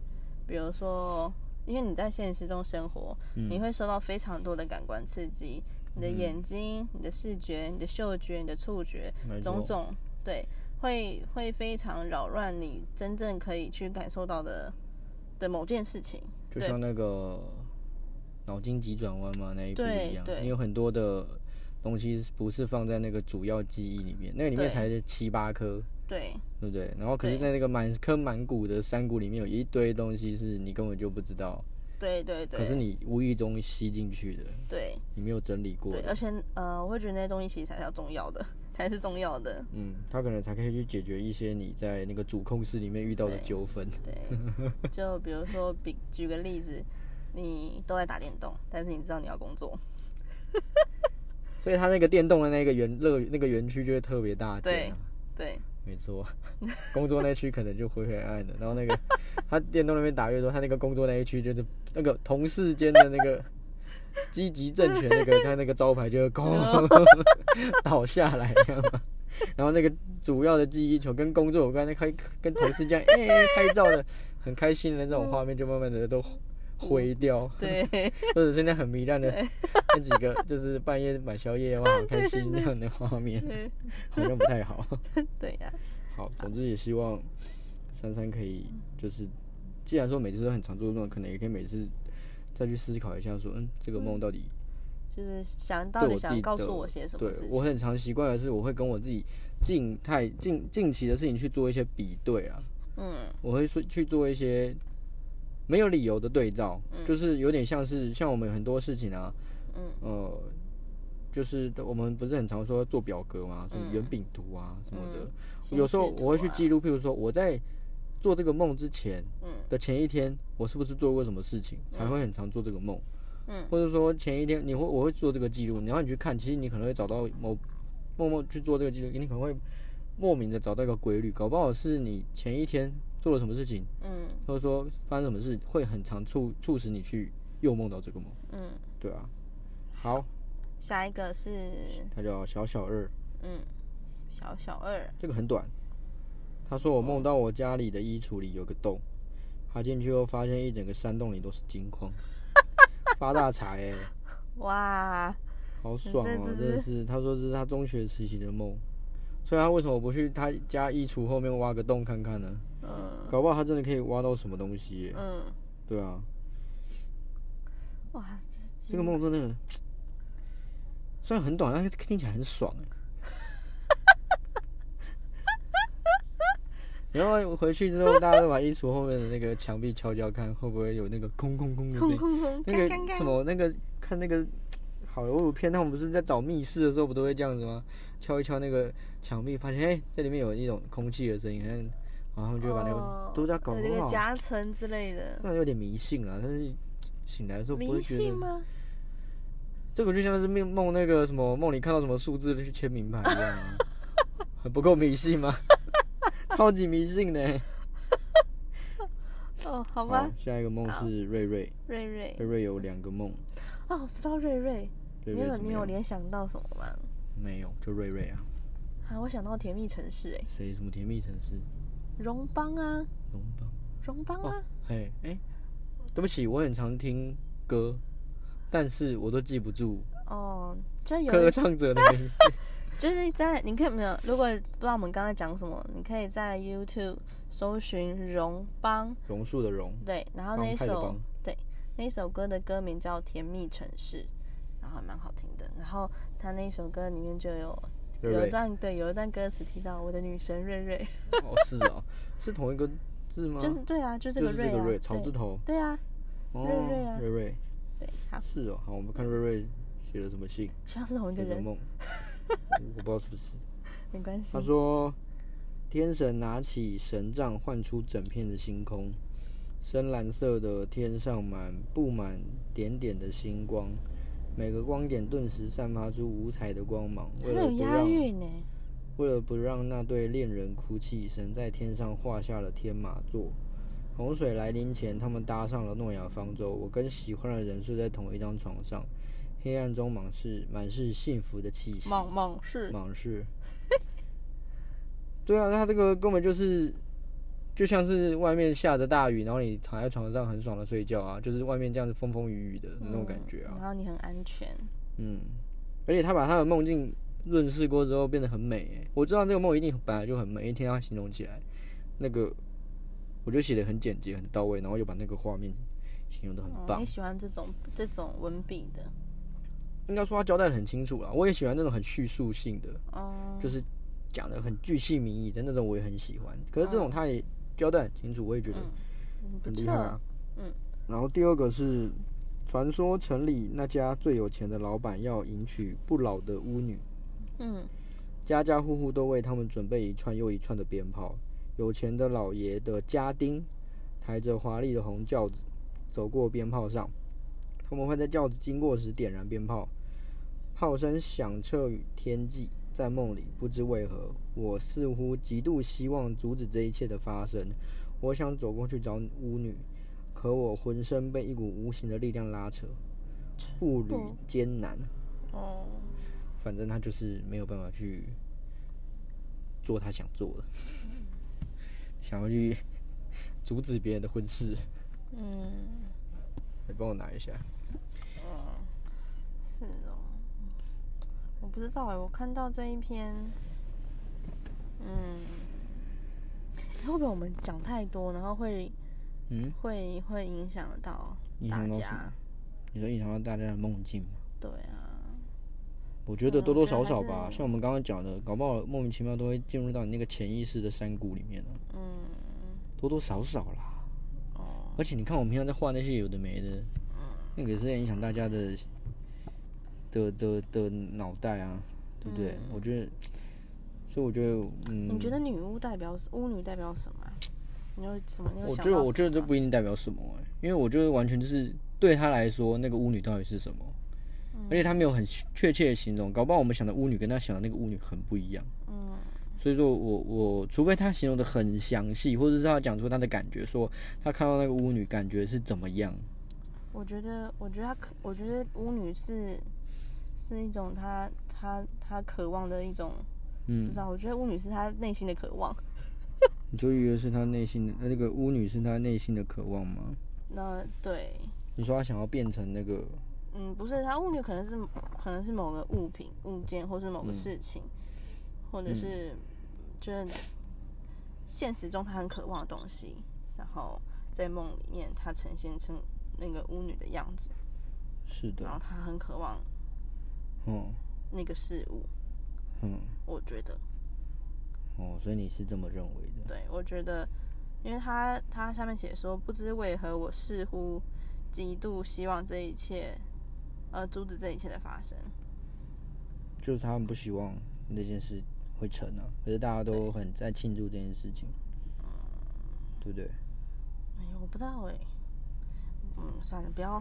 比如说，因为你在现实中生活，
嗯
你会受到非常多的感官刺激，你的眼睛、你的视觉、你的嗅觉、你的触觉，
没
种
错
种，对，会会非常扰乱你真正可以去感受到的的某件事情。
就像那个脑筋急转弯嘛那一部
对
一样
对，
你有很多的东西不是放在那个主要记忆里面，那个里
对
面才七八颗。
对，
对不对？然后可是，在那个满坑满谷的山谷里面，有一堆东西是你根本就不知道，
对对
可是
对，
你无意中吸进去的，
对
你没有整理过
对，
的，
而且呃，我会觉得那些东西其实才是重要的， *laughs* 才是重要的。
嗯，它可能才可以去解决一些你在那个主控室里面遇到的
对
纠纷。
对，就比如说，比举个例子，你都在打电动，但是你知道你要工作，
所以它那个电动的那个园乐那个园区就会特别大间、啊，
对
没错， *laughs* 工作那区可能就灰灰暗暗的，然后那个它电动那边打越多，它那个工作那一区就是那个同事间的那个积极政权那个它那个招牌就会咣倒下来，这样嘛。然后那个主要的记忆球跟工作有关，那开跟同事这样哎、拍照的很开心的那种画面，就慢慢的都灰掉，
对 *laughs*
或者是那很糜烂的那几个，就是半夜买宵夜哇，好开心那样的画面，好像不太好。
对呀、
好，总之也希望珊珊可以，就是既然说每次都很常做梦，可能也可以每次再去思考一下说，嗯，这个梦到底
就是想到
对
底
我自己
想
的
告诉我些什么
对
事
我
情。
很常习惯的是，我会跟我自己近态近近期的事情去做一些比对啊，
嗯
我会说去做一些没有理由的对照，就是有点像是像我们有很多事情啊，
嗯
呃，就是我们不是很常说做表格嘛，
嗯
什么圆饼图啊什么的，
心
有时候
嗯智图
我会去
啊
记录，譬如说我在做这个梦之前
嗯
的前一天，我是不是做过什么事情，才会很常做这个梦，
嗯，
或者说前一天你会我会做这个记录，然后你去看，其实你可能会找到某默默去做这个记录，你可能会莫名的找到一个规律，搞不好是你前一天做了什么事情，
嗯
或者说发生什么事，会很常促促使你去又梦到这个梦，
嗯，
对啊，好，
下一个是
它叫小小二，
嗯小小二，
这个很短。他说我梦到我家里的衣橱里有个洞，他进去后发现一整个山洞里都是金
*laughs*
矿，发大财哎、
哇，
好爽哦、
这是
真的是。他说这是他中学时期的梦，所以他为什么不去他家衣橱后面挖个洞看看呢？
嗯
搞不好他真的可以挖到什么东西耶、
嗯，
对啊，
哇，
这个梦真的虽然很短，但是听起来很爽哎、 *laughs* 然后回去之后，大家都把衣橱后面的那个墙壁敲敲，看会不会有那个空空空的声
空
音。
空 *laughs* 空，
那
看看
个
看
什么，那个看那个好莱坞片，他们不是在找密室的时候，不都会这样子吗？敲一敲那个墙壁，发现哎、这里面有一种空气的声音，好像然后他们就会把那
哦
个都在搞
有那
很
个
好。
夹层之类的，
虽然有点迷信啊，但是醒来的时候不
迷
会觉得
信。吗？
这个就像是梦梦那个什么梦里看到什么数字就去签名牌一样、啊，
*laughs*
很不够迷信吗？ *laughs* 超级迷信的。
哦，好
好
吧，
下一个梦是瑞瑞，
瑞瑞
瑞瑞有两个梦，
哦，说到瑞瑞，
瑞
你
瑞
有
怎
你
么
有
样？
联想到什么吗？
没有，就瑞瑞啊，
啊，我想到甜蜜城市哎，
谁什么甜蜜城市，
荣邦啊，
龙邦，
荣邦啊，
嘿，哎、对不起，我很常听歌，但是我都记不住
哦，这有
歌
一
唱者的名字， *laughs*
就是在你可以没有，如果不知道我们刚才讲什么，你可以在 YouTube 搜寻荣邦，
榕树的榕，
对，然后
帮
那一
派的
首
帮，
那一首歌的歌名叫《甜蜜城市》，然后还蛮好听的。然后他那一首歌里面就有
对不
有一
对？
段对有一段歌词提到我的女神瑞瑞，
哦，是哦，是同一个字吗？
就是对啊，就这个
就是这
瑞
个
啊，
瑞，草字
对
头。
对啊，
哦，
瑞瑞啊
瑞瑞
对，好，
是哦，好，我们看瑞瑞写了什么信，
希望是同一个
写什么
人，
梦，
*laughs*
我不知道是不是。
没关系
他。说：“天神拿起神杖，唤出整片的星空。深蓝色的天上满布满点点的星光，每个光点顿时散发出五彩的光芒。
他
为了
有
不
押
让
韵呢，
为了不让那对恋人哭泣，神在天上画下了天马座。洪水来临前，他们搭上了诺亚方舟。我跟喜欢的人睡在同一张床上，黑暗中满是满是幸福的气息。”
猛猛是
莽是。 *laughs* 对啊，他这个根本就是，就像是外面下着大雨，然后你躺在床上很爽的睡觉啊，就是外面这样子风风雨雨的那种感觉啊
然。后你很安全，
嗯，而且他把他的梦境润饰过之后，变得很美欸、我知道这个梦一定本来就很美，一听他形容起来，那个我觉得写的很简洁，很到位，然后又把那个画面形容的很
嗯
棒
你。喜欢这种这种文笔的，
应该说他交代的很清楚啦，我也喜欢那种很叙述性的，
嗯，
就是讲的很巨细靡遗的那种，我也很喜欢。可是这种他也交代很清楚，我也觉得
嗯不
很厉害
错
啊。。嗯。然后第二个是，传说城里那家最有钱的老板要迎娶不老的巫女，
嗯，
家家户户都为他们准备一串又一串的鞭炮。有钱的老爷的家丁抬着华丽的红轿子走过鞭炮上，他们会在轿子经过时点燃鞭炮，炮声响彻于天际。在梦里，不知为何，我似乎极度希望阻止这一切的发生。我想走过去找巫女，可我浑身被一股无形的力量拉扯，步履
嗯
艰难。
哦，
反正他就是没有办法去做他想做的， *laughs* 想要去阻止别人的婚事。
嗯，
你帮我拿一下，
是哦，我不知道哎，我看到这一篇，嗯，会不会我们讲太多，然后会
嗯，
会会影响到
影
大
响到什
家
么？？你说影响到大家的梦境吗？
对啊，
我觉得多多少少
嗯我觉得
吧，
还是
像我们刚刚讲的，搞不好莫名其妙都会进入到你那个潜意识的山谷里面了、啊
嗯，
多多少少啦。
哦，
而且你看，我们平常在画那些有的没的，那个也是在影响大家的的的的脑袋啊，对不对？我觉得，所以我觉得，嗯，
你觉得女巫代表什巫女代表什么啊？你有什么？你有
我
想
觉得
到
我
什
觉得
么
这
吗
不一定代表什么、欸，因为我觉得完全就是对他来说，那个巫女到底是什么，
嗯
而且他没有很确切的形容，搞不好我们想的巫女跟他想的那个巫女很不一样。
嗯
所以说我我除非他形容的很详细，或者是他讲出他的感觉，说他看到那个巫女感觉是怎么样，
我觉得，我觉得她可，我觉得巫女是是一种她她她渴望的一种，不
嗯
知，道。我觉得巫女是她内心的渴望，
你就以为是他内心的呃那个巫女是他内心的渴望吗？
那对，
你说他想要变成那个，
嗯，不是她巫女可能是可能是某个物品、物件，或是某个事情，
嗯
或者是就是现实中她很渴望的东西，然后在梦里面她呈现成那个巫女的样子，
是
然后
的，
她很渴望
嗯
那个事物，
嗯
我觉得。
哦，所以你是这么认为的？
对，我觉得，因为他他下面写说，不知为何，我似乎极度希望这一切，呃，阻止这一切的发生。
就是他们不希望那件事会成啊，可是大家都很在庆祝这件事情，对不对？
哎呦，我不知道哎、嗯，算了，不要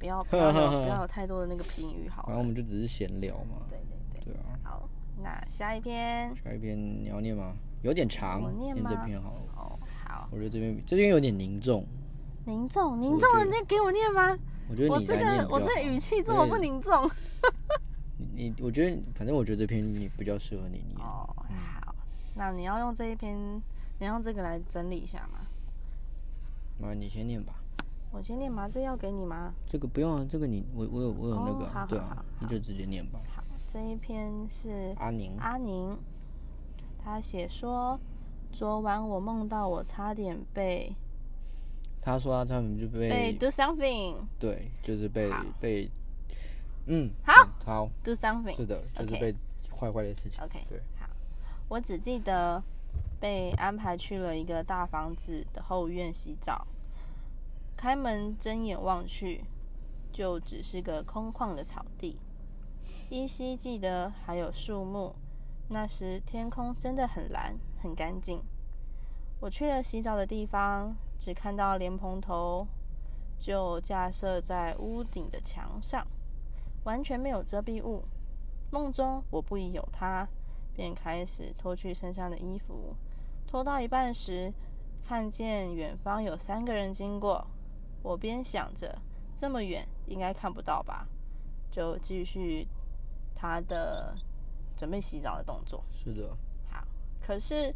不要不要有不要有太多的那个评语好
反正
了
我。们就只是闲聊嘛，
对对对，
对啊。
好，那下一篇
下一篇你要念吗？有点长，
我念吗
这篇好了。
哦，好，
我觉得这边这边有点凝重，
凝重凝
我
重
觉
的，
得
那给我念吗？
我觉得
我
你
这
来念
个
比
我
较
这个
好
语气这么不
对
凝重。
你你我觉得反正我觉得这篇你比较适合你念，
哦，好，那你要用这一篇，你要用这个来整理一下吗？
那你先念吧。
我先念吗？这要给你吗？
这个不用啊，这个你我我有我有那个
哦
啊，
好好
对
好
啊，你就直接念吧。
好，这一篇是
阿宁，
阿宁，他写说，昨晚我梦到我差点被
他说他差点就
被
被
do something
对，就是被
好
被嗯
好
好
do something
是的，就是
OK
被坏坏的事情。
OK
对，
好，我只记得被安排去了一个大房子的后院洗澡，开门睁眼望去，就只是个空旷的草地，依稀记得还有树木。那时天空真的很蓝，很干净。我去了洗澡的地方，只看到莲蓬头就架设在屋顶的墙上，完全没有遮蔽物。梦中我不疑有他，便开始脱去身上的衣服。脱到一半时，看见远方有三个人经过，我边想着这么远应该看不到吧，就继续他的准备洗澡的动作。
是的，
可是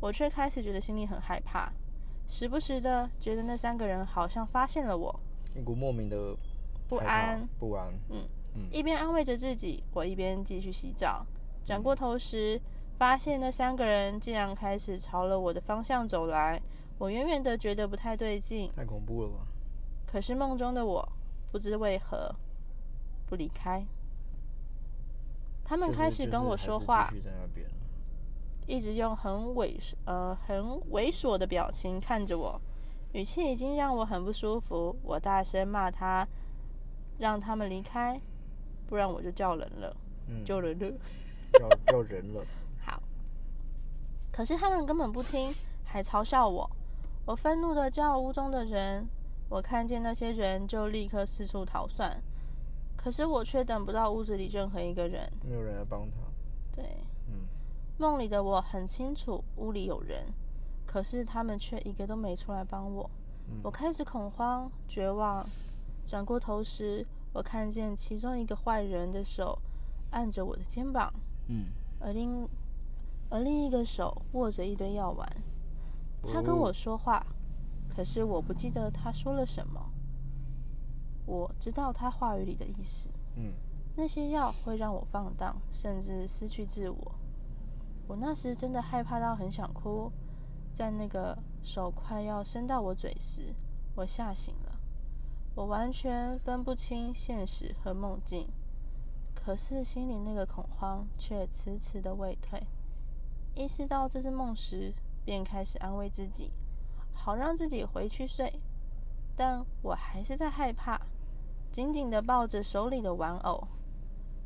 我却开始觉得心里很害怕，时不时的觉得那三个人好像发现了我，
一股莫名的
不
害怕哦
安。
不安。嗯
一边安慰着自己，我一边继续洗澡。转过头时，发现那三个人竟然开始朝了我的方向走来。我远远的觉得不太对劲，
太恐怖了吧？
可是梦中的我不知为何不离开。他们
就是
开始
就
跟
是还
我说
是
话，
继续在那边。
一直用很猥琐呃很猥琐的表情看着我，语气已经让我很不舒服。我大声骂他，让他们离开，不然我就叫人了，
嗯，
叫人了。
要要人了，
好。可是他们根本不听，还嘲笑我。我愤怒的叫屋中的人，我看见那些人就立刻四处逃窜，可是我却等不到屋子里任何一个人。
没有人来帮他。
对，
嗯，
梦里的我很清楚屋里有人，可是他们却一个都没出来帮我。
嗯
我开始恐慌、绝望。转过头时，我看见其中一个坏人的手按着我的肩膀，
嗯，
而另而另一个手握着一堆药丸。他跟我
哦
说话，可是我不记得他说了什么。我知道他话语里的意思。
嗯，
那些药会让我放荡，甚至失去自我。我那时真的害怕到很想哭，在那个手快要伸到我嘴时，我吓醒了。我完全分不清现实和梦境，可是心里那个恐慌却迟迟的未退。意识到这是梦时，便开始安慰自己，好让自己回去睡。但我还是在害怕，紧紧的抱着手里的玩偶，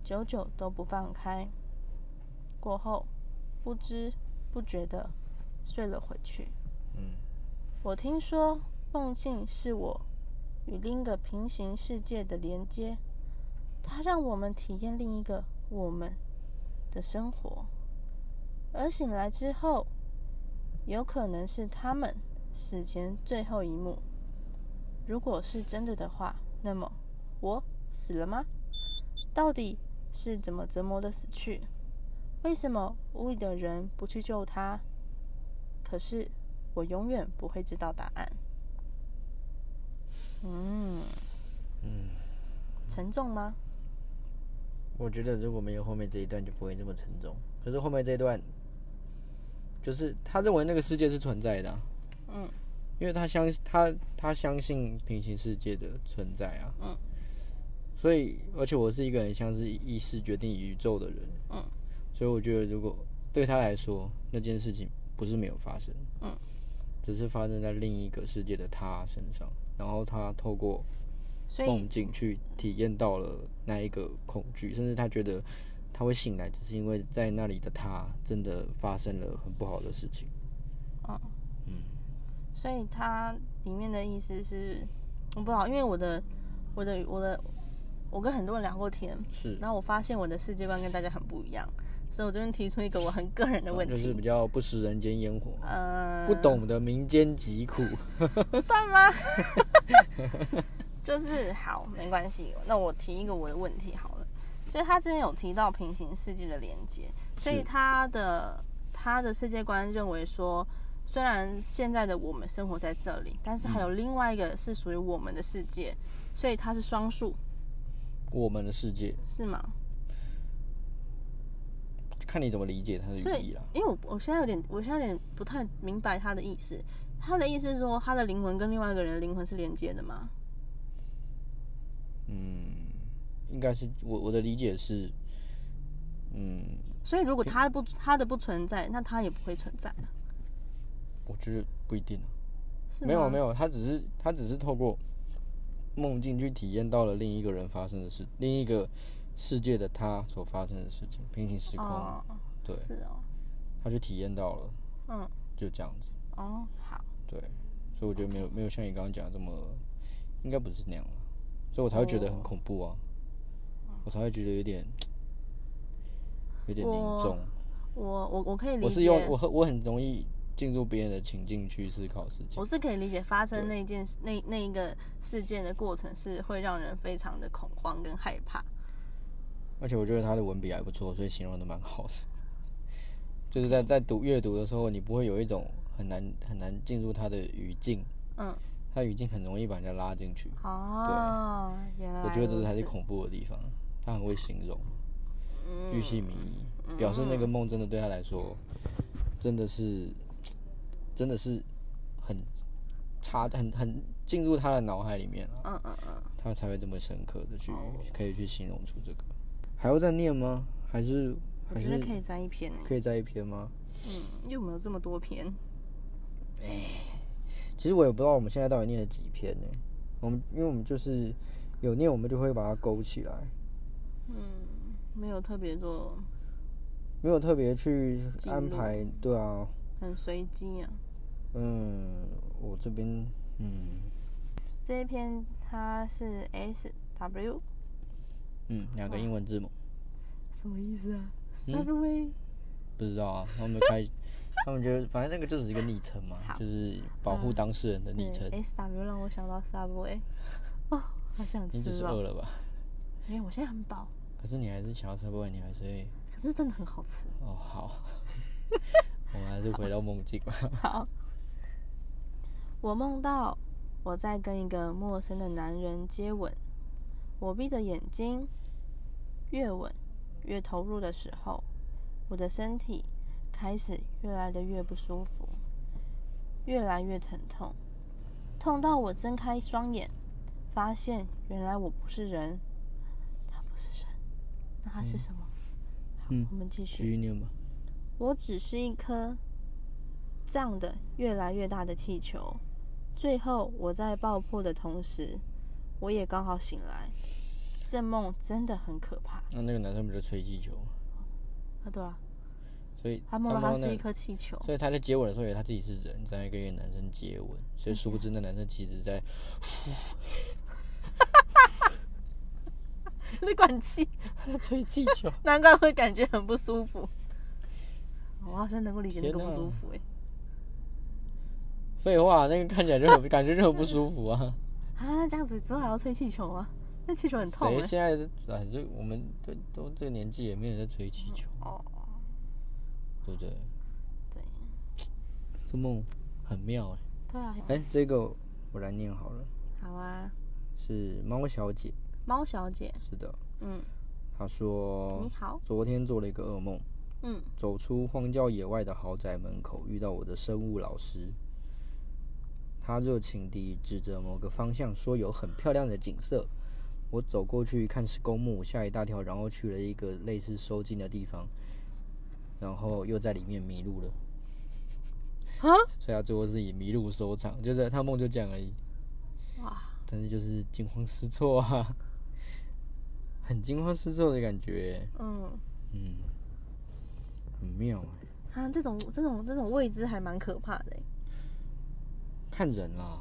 久久都不放开。过后，不知不觉的睡了回去。
嗯，
我听说梦境是我与另一个平行世界的连接，它让我们体验另一个我们的生活，而醒来之后，有可能是他们死前最后一幕。如果是真的的话，那么我死了吗？到底是怎么折磨的死去？为什么屋里的人不去救他？可是我永远不会知道答案。嗯，沉重吗？
我觉得如果没有后面这一段，就不会这么沉重。可是后面这一段，就是他认为那个世界是存在的、啊
嗯，
因为他相他他相信平行世界的存在啊，嗯，所以而且我是一个很像是意识决定宇宙的人，
嗯，
所以我觉得如果对他来说那件事情不是没有发生，
嗯，
只是发生在另一个世界的他身上，然后他透过
所以
梦境去体验到了那一个恐惧，甚至他觉得他会醒来，只是因为在那里的他真的发生了很不好的事情。
所以它里面的意思是，我不知道，因为我的我的我的我跟很多人聊过天，
是，
然后我发现我的世界观跟大家很不一样，所以我这边提出一个我很个人的问
哦就
题，
是比较不食人间烟火，
呃，
不懂得民间疾苦。
算吗？就是好，没关系。那我提一个我的问题好了，就是他这边有提到平行世界的连接，所以
是
他的他的世界观认为说，虽然现在的我们生活在这里，但是
嗯
还有另外一个是属于我们的世界，所以它是双数，
我们的世界，
是吗？
看你怎么理解它的
所
寓意啊
以
啦。，
因为我我现在有点，我现在有点不太明白他的意思。他的意思是说，他的灵魂跟另外一个人的灵魂是连接的吗？
嗯应该是我我的理解是，嗯，
所以如果他不他的不存在，那他也不会存在，
我觉得不一定啊。
是吗？
没有没有，他只是他只是透过梦境去体验到了另一个人发生的事，另一个世界的他所发生的事情，平行时空，
哦，
对
是哦，
他去体验到了，
嗯，
就这样子。
哦，好，
对，所以我觉得没有没有像你刚刚讲的这么，应该不是那样了，所以我才会觉得很恐怖啊，我才会觉得有点有点凝
我
重。
我我我可以理解，
我是用我很我很容易进入别人的情境去思考事情
我，是可以理解发生那件事那那一个事件的过程是会让人非常的恐慌跟害怕。
而且我觉得他的文笔还不错，所以形容的蛮好的。 *laughs* 就是在在读阅读的时候，你不会有一种很难很难进入他的语境，
嗯，
他的语境很容易把人家拉进去。
哦，原来
我觉得这
如
是才是
此
恐怖的地方，他很会形容，
嗯
欲系迷疑，表示那个梦真的对他来说，真的是，真的是很差，很很进入他的脑海里面了，
嗯嗯嗯，哦
他才会这么深刻的去可以去形容出这个。还要再念吗？还是
我
还
觉得
是
可以摘一篇欸，
可以再一篇吗？
嗯，又没有这么多篇，
其实我也不知道我们现在到底念了几篇呢、我们因为我们就是有念，我们就会把它勾起来。嗯
没有特别做，
没有特别去
记
安
录
排，对啊，
很随机啊。
嗯，我这边，嗯
这一篇它是 S W
嗯，两个英文字母，
什么意思啊？Subway，
嗯不知道 *laughs* 啊，他们开，他们觉得反正那个就只是一个昵称嘛，就是保护当事人的昵称。
S W 让我想到 Subway，哦，好想
你只
吃
是
哦，
饿了吧？
因为我现在很饱，
可是你还是想要车外，你还是会
可是真的很好吃。
哦 *laughs* 好，我们还是回到梦 *laughs* 境吧。
好，我梦到我在跟一个陌生的男人接吻，我闭着眼睛，越吻越投入的时候，我的身体开始越来的越不舒服，越来越疼痛，痛到我睁开双眼，发现原来我不是人，他不是人，那他是什么？
嗯
好，我们继续
继。续念吧。
我只是一颗胀得越来越大的气球。最后，我在爆破的同时，我也刚好醒来。这梦真的很可怕
那那个男生不就吹气球吗，
啊！对啊，
所以
他梦到他
那
是一
个
颗气球，
所以他在接吻的时候，以为他自己是人，这样跟一个男生接吻， *laughs* 所以殊不知那男生其实在
那管气，
吹气球。
难怪会感觉很不舒服。我好像能够理解那个
天
不
哪
舒服哎、
*laughs* 废话，那个看起来就很感觉就很不舒服啊。
啊，那这样子之后还要吹气球吗？那气球很痛
谁
哎、
现在是哎，就我们都都这个年纪也没有人在吹气球，
哦，
对不对？
对，
这梦很妙
对啊，
哎、哎，这个我来念好了，
好啊，
是猫小姐，
猫小姐，
是的，
嗯，
她说
你好，
昨天做了一个噩梦，
嗯，
走出荒郊野外的豪宅门口，遇到我的生物老师。他热情地指着某个方向，说有很漂亮的景色。我走过去看是公墓，吓一大跳，然后去了一个类似收金的地方，然后又在里面迷路了。
啊，
所以他最后是以迷路收场，就是他梦就这样而已。
哇，
但是就是惊慌失措啊，很惊慌失措的感觉，
嗯。
嗯，很妙欸
啊，这种这种这种未知还蛮可怕的欸
看人啦、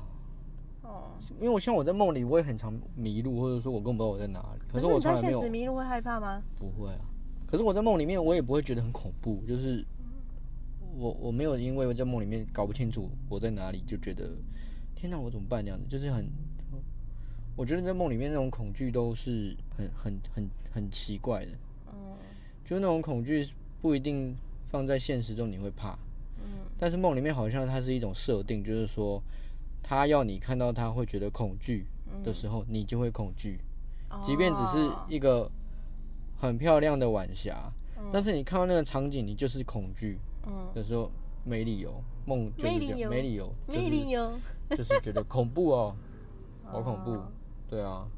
哦，
因为我像我在梦里，我也很常迷路，或者说我根本不知道我在哪里。可
是
是我
你
从来
在
没
现
有
实迷路会害怕吗？
不会啊。可是我在梦里面，我也不会觉得很恐怖，就是我我没有因为我在梦里面搞不清楚我在哪里就觉得天哪，我怎么办这样子，就是很。我觉得在梦里面那种恐惧都是很很很很奇怪的，
嗯
就是那种恐惧不一定放在现实中你会怕，
嗯
但是梦里面好像它是一种设定，就是说他要你看到他会觉得恐惧的时候，你就会恐惧。
嗯，
即便只是
哦
一个很漂亮的晚霞，但是你看到那个场景，你就是恐惧
嗯，
的时候，没理由，梦就是这
没理由
样，没理由，就
没理
是
由，
*laughs* 就是觉得恐怖
*laughs*
哦，好恐怖
哦。
对啊，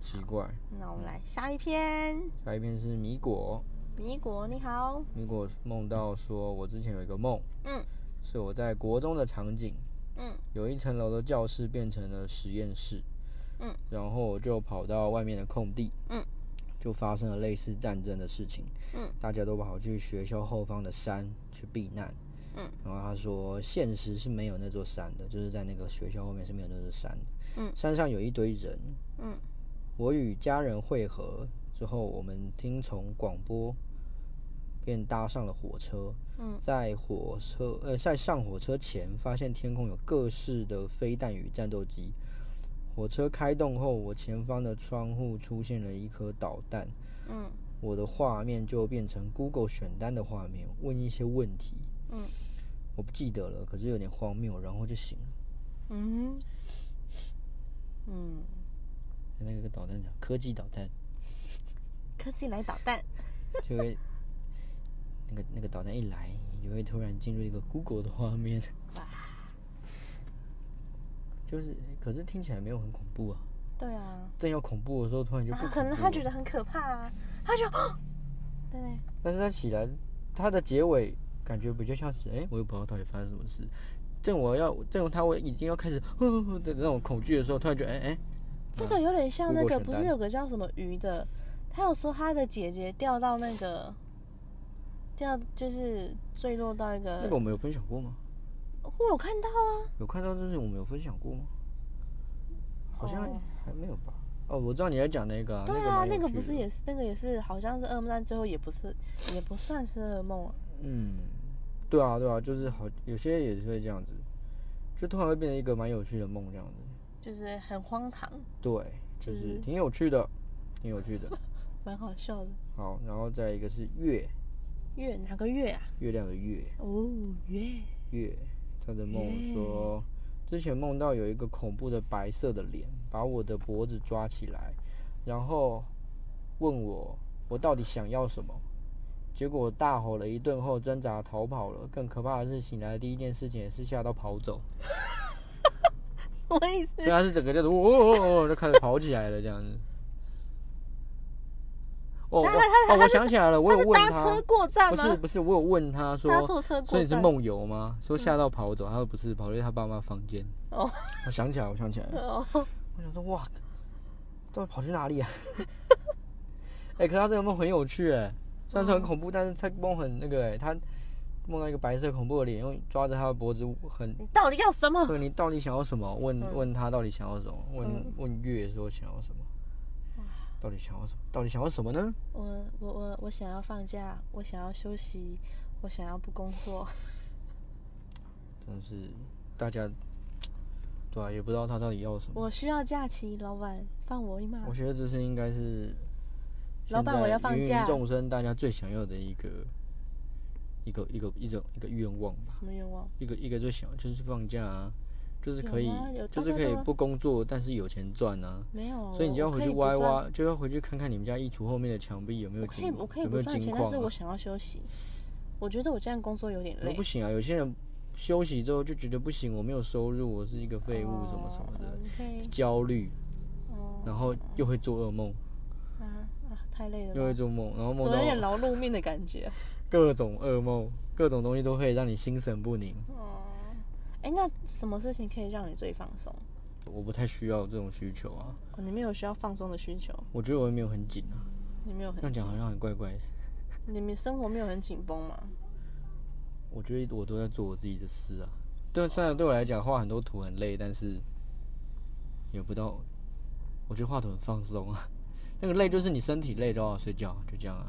奇怪。
那我们来下一篇，
下一篇是米果，
米果你好，
米果梦到说，我之前有一个梦，
嗯，
是我在国中的场景，
嗯，
有一层楼的教室变成了实验室，
嗯，
然后我就跑到外面的空地，
嗯，
就发生了类似战争的事情，
嗯，
大家都跑去学校后方的山去避难，
嗯，
然后他说现实是没有那座山的，就是在那个学校后面是没有那座山的，
嗯，
山上有一堆人，
嗯，
我与家人会合之后，我们听从广播，便搭上了火车。
嗯，
在火车呃，在上火车前，发现天空有各式的飞弹与战斗机。火车开动后，我前方的窗户出现了一颗导弹，
嗯
我的画面就变成 Google 选单的画面，问一些问题。
嗯，
我不记得了，可是有点荒谬，然后就醒了。
嗯嗯，
那个导弹叫科技导弹，
科技来捣蛋，
就会那个那个导弹一来，你就会突然进入一个 Google 的画面。就是，可是听起来没有很恐怖啊。
对啊，
正要恐怖的时候，突然就不
啊
恐怖
可
了、嗯
能他觉得很可怕啊，他就， *gasps* 对对，
但是他起来，他的结尾感觉比较像是，哎、我也不知道到底发生什么事。正我要，正他我已经要开始呵呵呵的那种恐惧的时候，突然觉得，哎、哎、
这个有点像那
Google
个，
选
不
单
是有个叫什么鱼的，他有说他的姐姐掉到那个，掉就是坠落到一个，
那个我们有分享过吗？
我有看到啊，
有看到这是我们有分享过吗？好像
哦
还没有吧。哦，我知道你在讲那个、
对
个
啊，
蛮
那
有
个
趣
不是
的
也是那个也是好像是噩梦，但最后也不是也不算是噩梦啊，
嗯，对啊，对啊，就是好，有些也是会这样子，就突然会变成一个蛮有趣的梦这样子。
就是很荒唐，
对，就
就
是是挺有趣的，挺有趣的。
蛮好笑的。
好，然后再一个是月，
月哪个月啊？
月亮的月，
哦，月， *laughs*
月，他的梦说，之前梦到有一个恐怖的白色的脸把我的脖子抓起来，然后问我我到底想要什么。结果我大吼了一顿后挣扎逃跑了。更可怕的是，醒来的第一件事情也是吓到跑走。
什么意思？
所以他是整个就是哦哦哦哦，就开始跑起来了这样子。哦，我
他
哦，我想起来了，我有
是
问
搭车
他，
过站
不
吗？
是不是，我有问他说
搭，错车
所以
过
你是
站。嗯
梦游吗？说吓到跑走，他说不是，跑去他爸妈房间。
哦，
我想起来，我想起来了，
哦， *laughs*
我想说哇，到底跑去哪里啊？ *laughs* 哎，可是他这个梦很有趣哎，虽
嗯
然说很恐怖，但是他梦很那个哎，他梦到一个白色恐怖的脸，用抓着他的脖子，很
你到底要什么？
对你到底想要什么？问、
哦嗯
问他到底想要什么？问、
嗯
问月说想要什么？到底想要什么？到底想要什么呢？
我我我我想要放假，我想要休息，我想要不工作。
真是大家对啊，也不知道他到底要什么。
我需要假期，老板放我一马。
我觉得这是应该是
嗯老板
现在
我要放
芸芸
假
众生大家最想要的一个一个一个一种一个愿望吧，
什么愿望？
一个一个最想就是放假啊，就是可以
有吗有
就是
大
可
家
以
都
不工作，但是有钱赚啊。
没有。
所以你就要
我
回
可
去
不
挖一
赚
挖，就要回去看看你们家衣橱后面的墙壁有没有
我可以
金，
我可以
有没
不
有
赚
金
钱，
矿、
但
啊。
是我想要休息。我觉得我这样工作有点
可是
累
不。行啊，有些人休息之后就觉得不行，我没有收入，我是一个废物，什么什么的，
哦。可以
焦虑，
哦
然后又会做噩梦，
啊啊，太累了
又会
吧，
做梦，然后
总
梦
有点
到
劳碌命的感觉。
各种噩梦，各种东西都会让你心神不宁。
哎，那什么事情可以让你最放松？
我不太需要这种需求啊，
哦，你没有需要放松的需求，
我觉得我也没有很紧啊，
你没有
这样
很紧
讲，啊好像很怪怪的。
你们生活没有很紧绷吗？
我觉得我都在做我自己的事啊，对，虽然对我来讲画很多图很累，但是也不到，我觉得画图很放松啊。 *laughs* 那个累就是你身体累到要睡觉，就这样啊。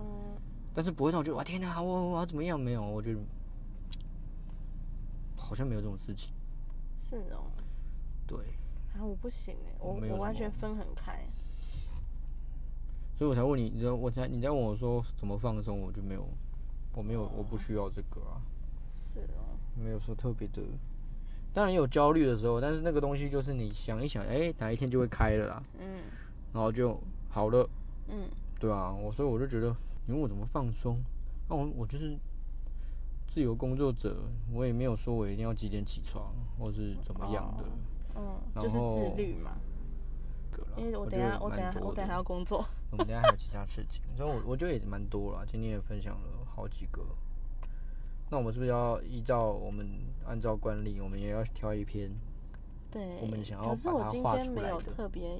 嗯，
但是不会让我觉得哇天哪，我我要怎么样？没有，我觉得好像没有这种事情。
是哦。
对，
啊，我不行哎，我
我没有
我
什
完
么
全分很开。
所以我才问你，你知道我才你在问我说怎么放松，我就没有，我没有，我不需要这个啊，
是哦，
没有说特别的。当然也有焦虑的时候，但是那个东西就是你想一想，哎、哪一天啊就会开了啦，
嗯
然后就好了。
嗯，
对啊，我所以我就觉得你问我怎么放松？那、我我就是自由工作者，我也没有说我一定要几点起床或是怎么样的。
嗯，
然
就是自
后
律嘛。
个啦
因为我
觉
等一
得
下，我
蛮
等一下，
多
我
的
等一下要工作。
我们等一下还有其他事情，所以我我觉得也蛮多了。啊今天也分享了好几个。那我们是不是要依照我们按照惯例，我们也要挑一篇？
对，
我们想要
可是
把
我
它
今
画
天
出
没
来
有
的
特别，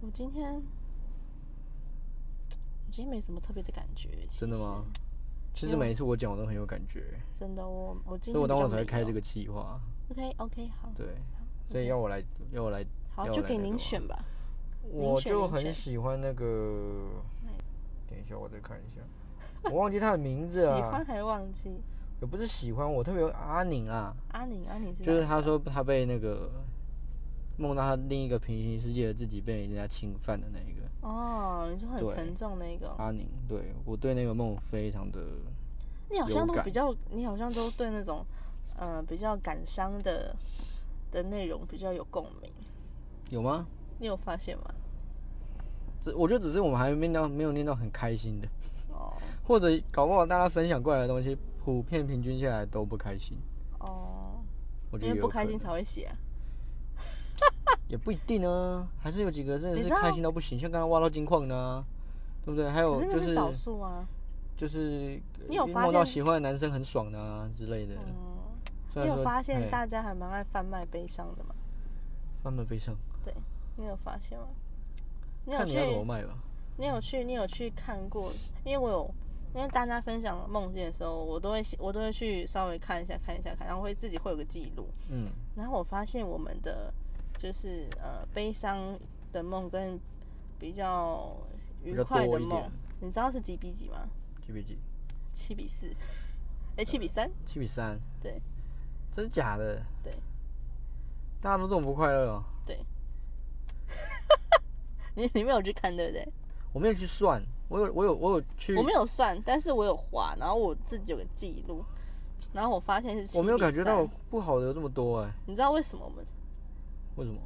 我今天我今天没什么特别的感觉。其
真的
实
吗？？其
没
实
有
每一次我讲我都很有感觉，
真的，我我今
所以
天
我
比
当
较
时才会
没
开这
有。
个计划。
OK OK，好，
对，所以要我来，要我来，
好，
要
就
来
给
那个
您
吗
选吧。
我
选
就
您
很
选
喜欢那个。等一下，我再看一下，我忘记他的名字
喜欢
啊，
还忘记
也不是喜欢，我特别有阿宁啊。
阿宁，阿宁是
就是
哪
他说他被那个梦到他另一个平行世界的自己被人家侵犯的那一个
哦，你说很
对
沉重那个，
阿宁，对我对那个梦非常的，
你好
有
像都
感
比较，你好像都对那种呃比较感伤的的内容比较有共鸣，
有吗？
你有发现吗？
只我觉得只是我们还没念到没有念到很开心的，
哦
*laughs* 或者搞不好大家分享过来的东西，普遍平均下来都不开心。
哦，
我觉
因
得
为
有
不开
可
心才
能
会写啊、
也不一定啊，还是有几个真
你
的是
知道
开心到不行，像刚刚挖到金矿的、啊，对不对？还有
可是
就
那是
是
少数啊。
就是
你有发
梦到
现
喜欢的男生很爽的啊之类的。
嗯，
虽然
你有
说
发现
嘿
大家还蛮爱贩卖悲伤的吗？
慢慢悲伤，
你有发现吗？你有
看你
去
要怎么卖吧。
你有去，你有去看过？因为我有，因为大家分享梦境的时候，我都会写我都会去稍微看一下，看一下，看，然后会自己会有个记录。
嗯，
然后我发现我们的就是呃悲伤的梦跟比较愉
比较
快
多
的
一
梦
点，
你知道是几比几吗？
几比几？
七
*laughs*
比四，哎，七比三。 *laughs*
七比三。
对，
真的假的？
对，
大家都这么不快乐哦。
你你没有去看对不对？
我没有去算，我有我有我有去，
我没有算，但是我有画，然后我自己有个记录，然后我发现是七
我没有
比
感觉到
三，
不好的有这么多哎、
你知道为什么吗？
为
*laughs*
什么？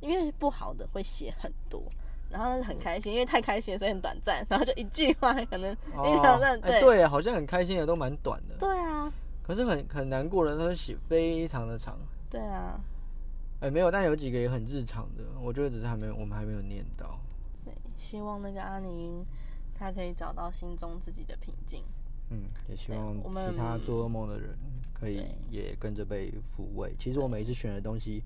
因为不好的会写很多，然后很开心，因为太开心了所以很短暂，然后就一句话
*laughs*
可能你想
哎
到对
对，好像很开心的都蛮短的，
对啊，
可是很很难过的，它写非常的长。
对啊，
哎、没有，但有几个也很日常的，我觉得只是还没有，我们还没有念到。
希望那个阿宁他可以找到心中自己的平静。
嗯，也希
对
望
我们
其他做噩梦的人可以也跟着被抚慰。其实我每一次选的东西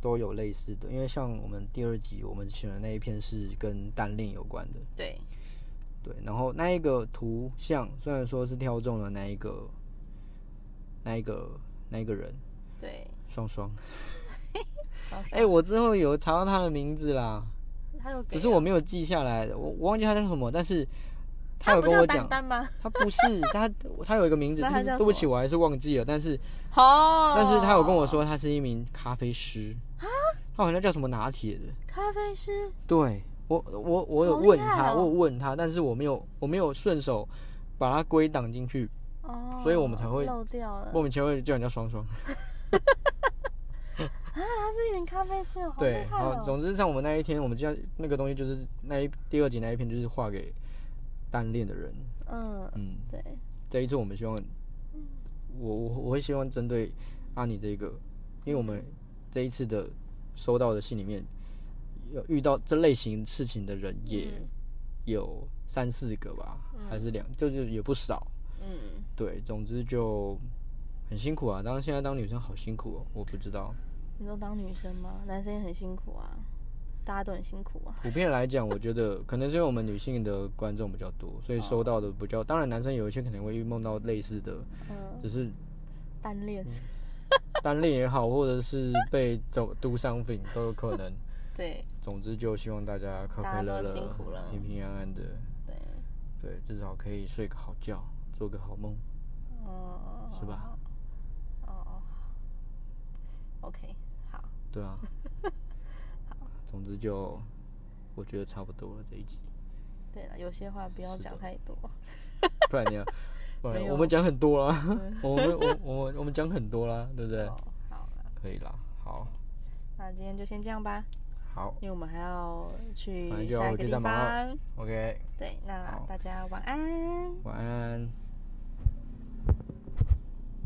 都有类似的，因为像我们第二集我们选的那一篇是跟单恋有关的，
对，
对。然后那一个图像虽然说是挑中了那一个那一个那一个人
对，
双双，
双
*laughs* 哎、我之后有查到他的名字啦，
他有给啊，
只是我没有记下来，我我忘记他叫什么，但是他有
不
跟
叫
我
丹
讲。
丹吗？
*laughs* 他不是他，他有一个名字，
那他
但是
叫
对不
什么哦
起，我还是忘记了。但是，
好，
但是他有跟我说，他是一名咖啡师
啊
他好像叫什么拿铁的。
咖啡师，
对我，我我有
好厉
问
害
他，
哦
我有问他，但是我没有，我没有顺手把他归档进去，
哦，
所以我们才会
漏掉了。
莫名其妙叫人家双双。
他是一名咖啡师，好
对
厉，害
好，
哦！
总之像我们那一天，我们就要那个东西就是那一第二集那一篇就是画给单恋的人。
嗯，
嗯，
对，
这一次我们希望，我我我会希望针对阿尼这个，因为我们这一次的收到的信里面，有遇到这类型事情的人也
嗯
有三四个吧，还是两，就是也不少。
嗯，
对，总之就很辛苦啊。当然现在当女生好辛苦哦，我不知道。
你说当女生吗？男生也很辛苦啊，大家都很辛苦啊。
普遍来讲，我觉得可能是因为我们女性的观众比较多，所以收到的比较。当然，男生有一些可能会梦到类似的，
嗯，
只是
单恋，
嗯 *laughs* 单恋也好，或者是被走 do something 都有可能。
对
总之，就希望大家快快乐
大家都
乐、
辛苦了
平平安安的，
对，
对，至少可以睡个好觉，做个好梦，
嗯，
是吧？
哦，OK，好，
对
*laughs*
啊。总之就，我觉得差不多了这一
*laughs*
集，
对了，有些话不要
是
讲
的
太多。
不然你要，不然
没有
我们讲很多
*laughs*
啦，我们我我我们讲很多啦，对不对？
哦好了，
可以啦，好，
那今天就先这样吧。
好
因为我们还要去
反正就
下一个
就
地
在忙了
方。
，OK，
对，那
好
大家晚安。
晚安。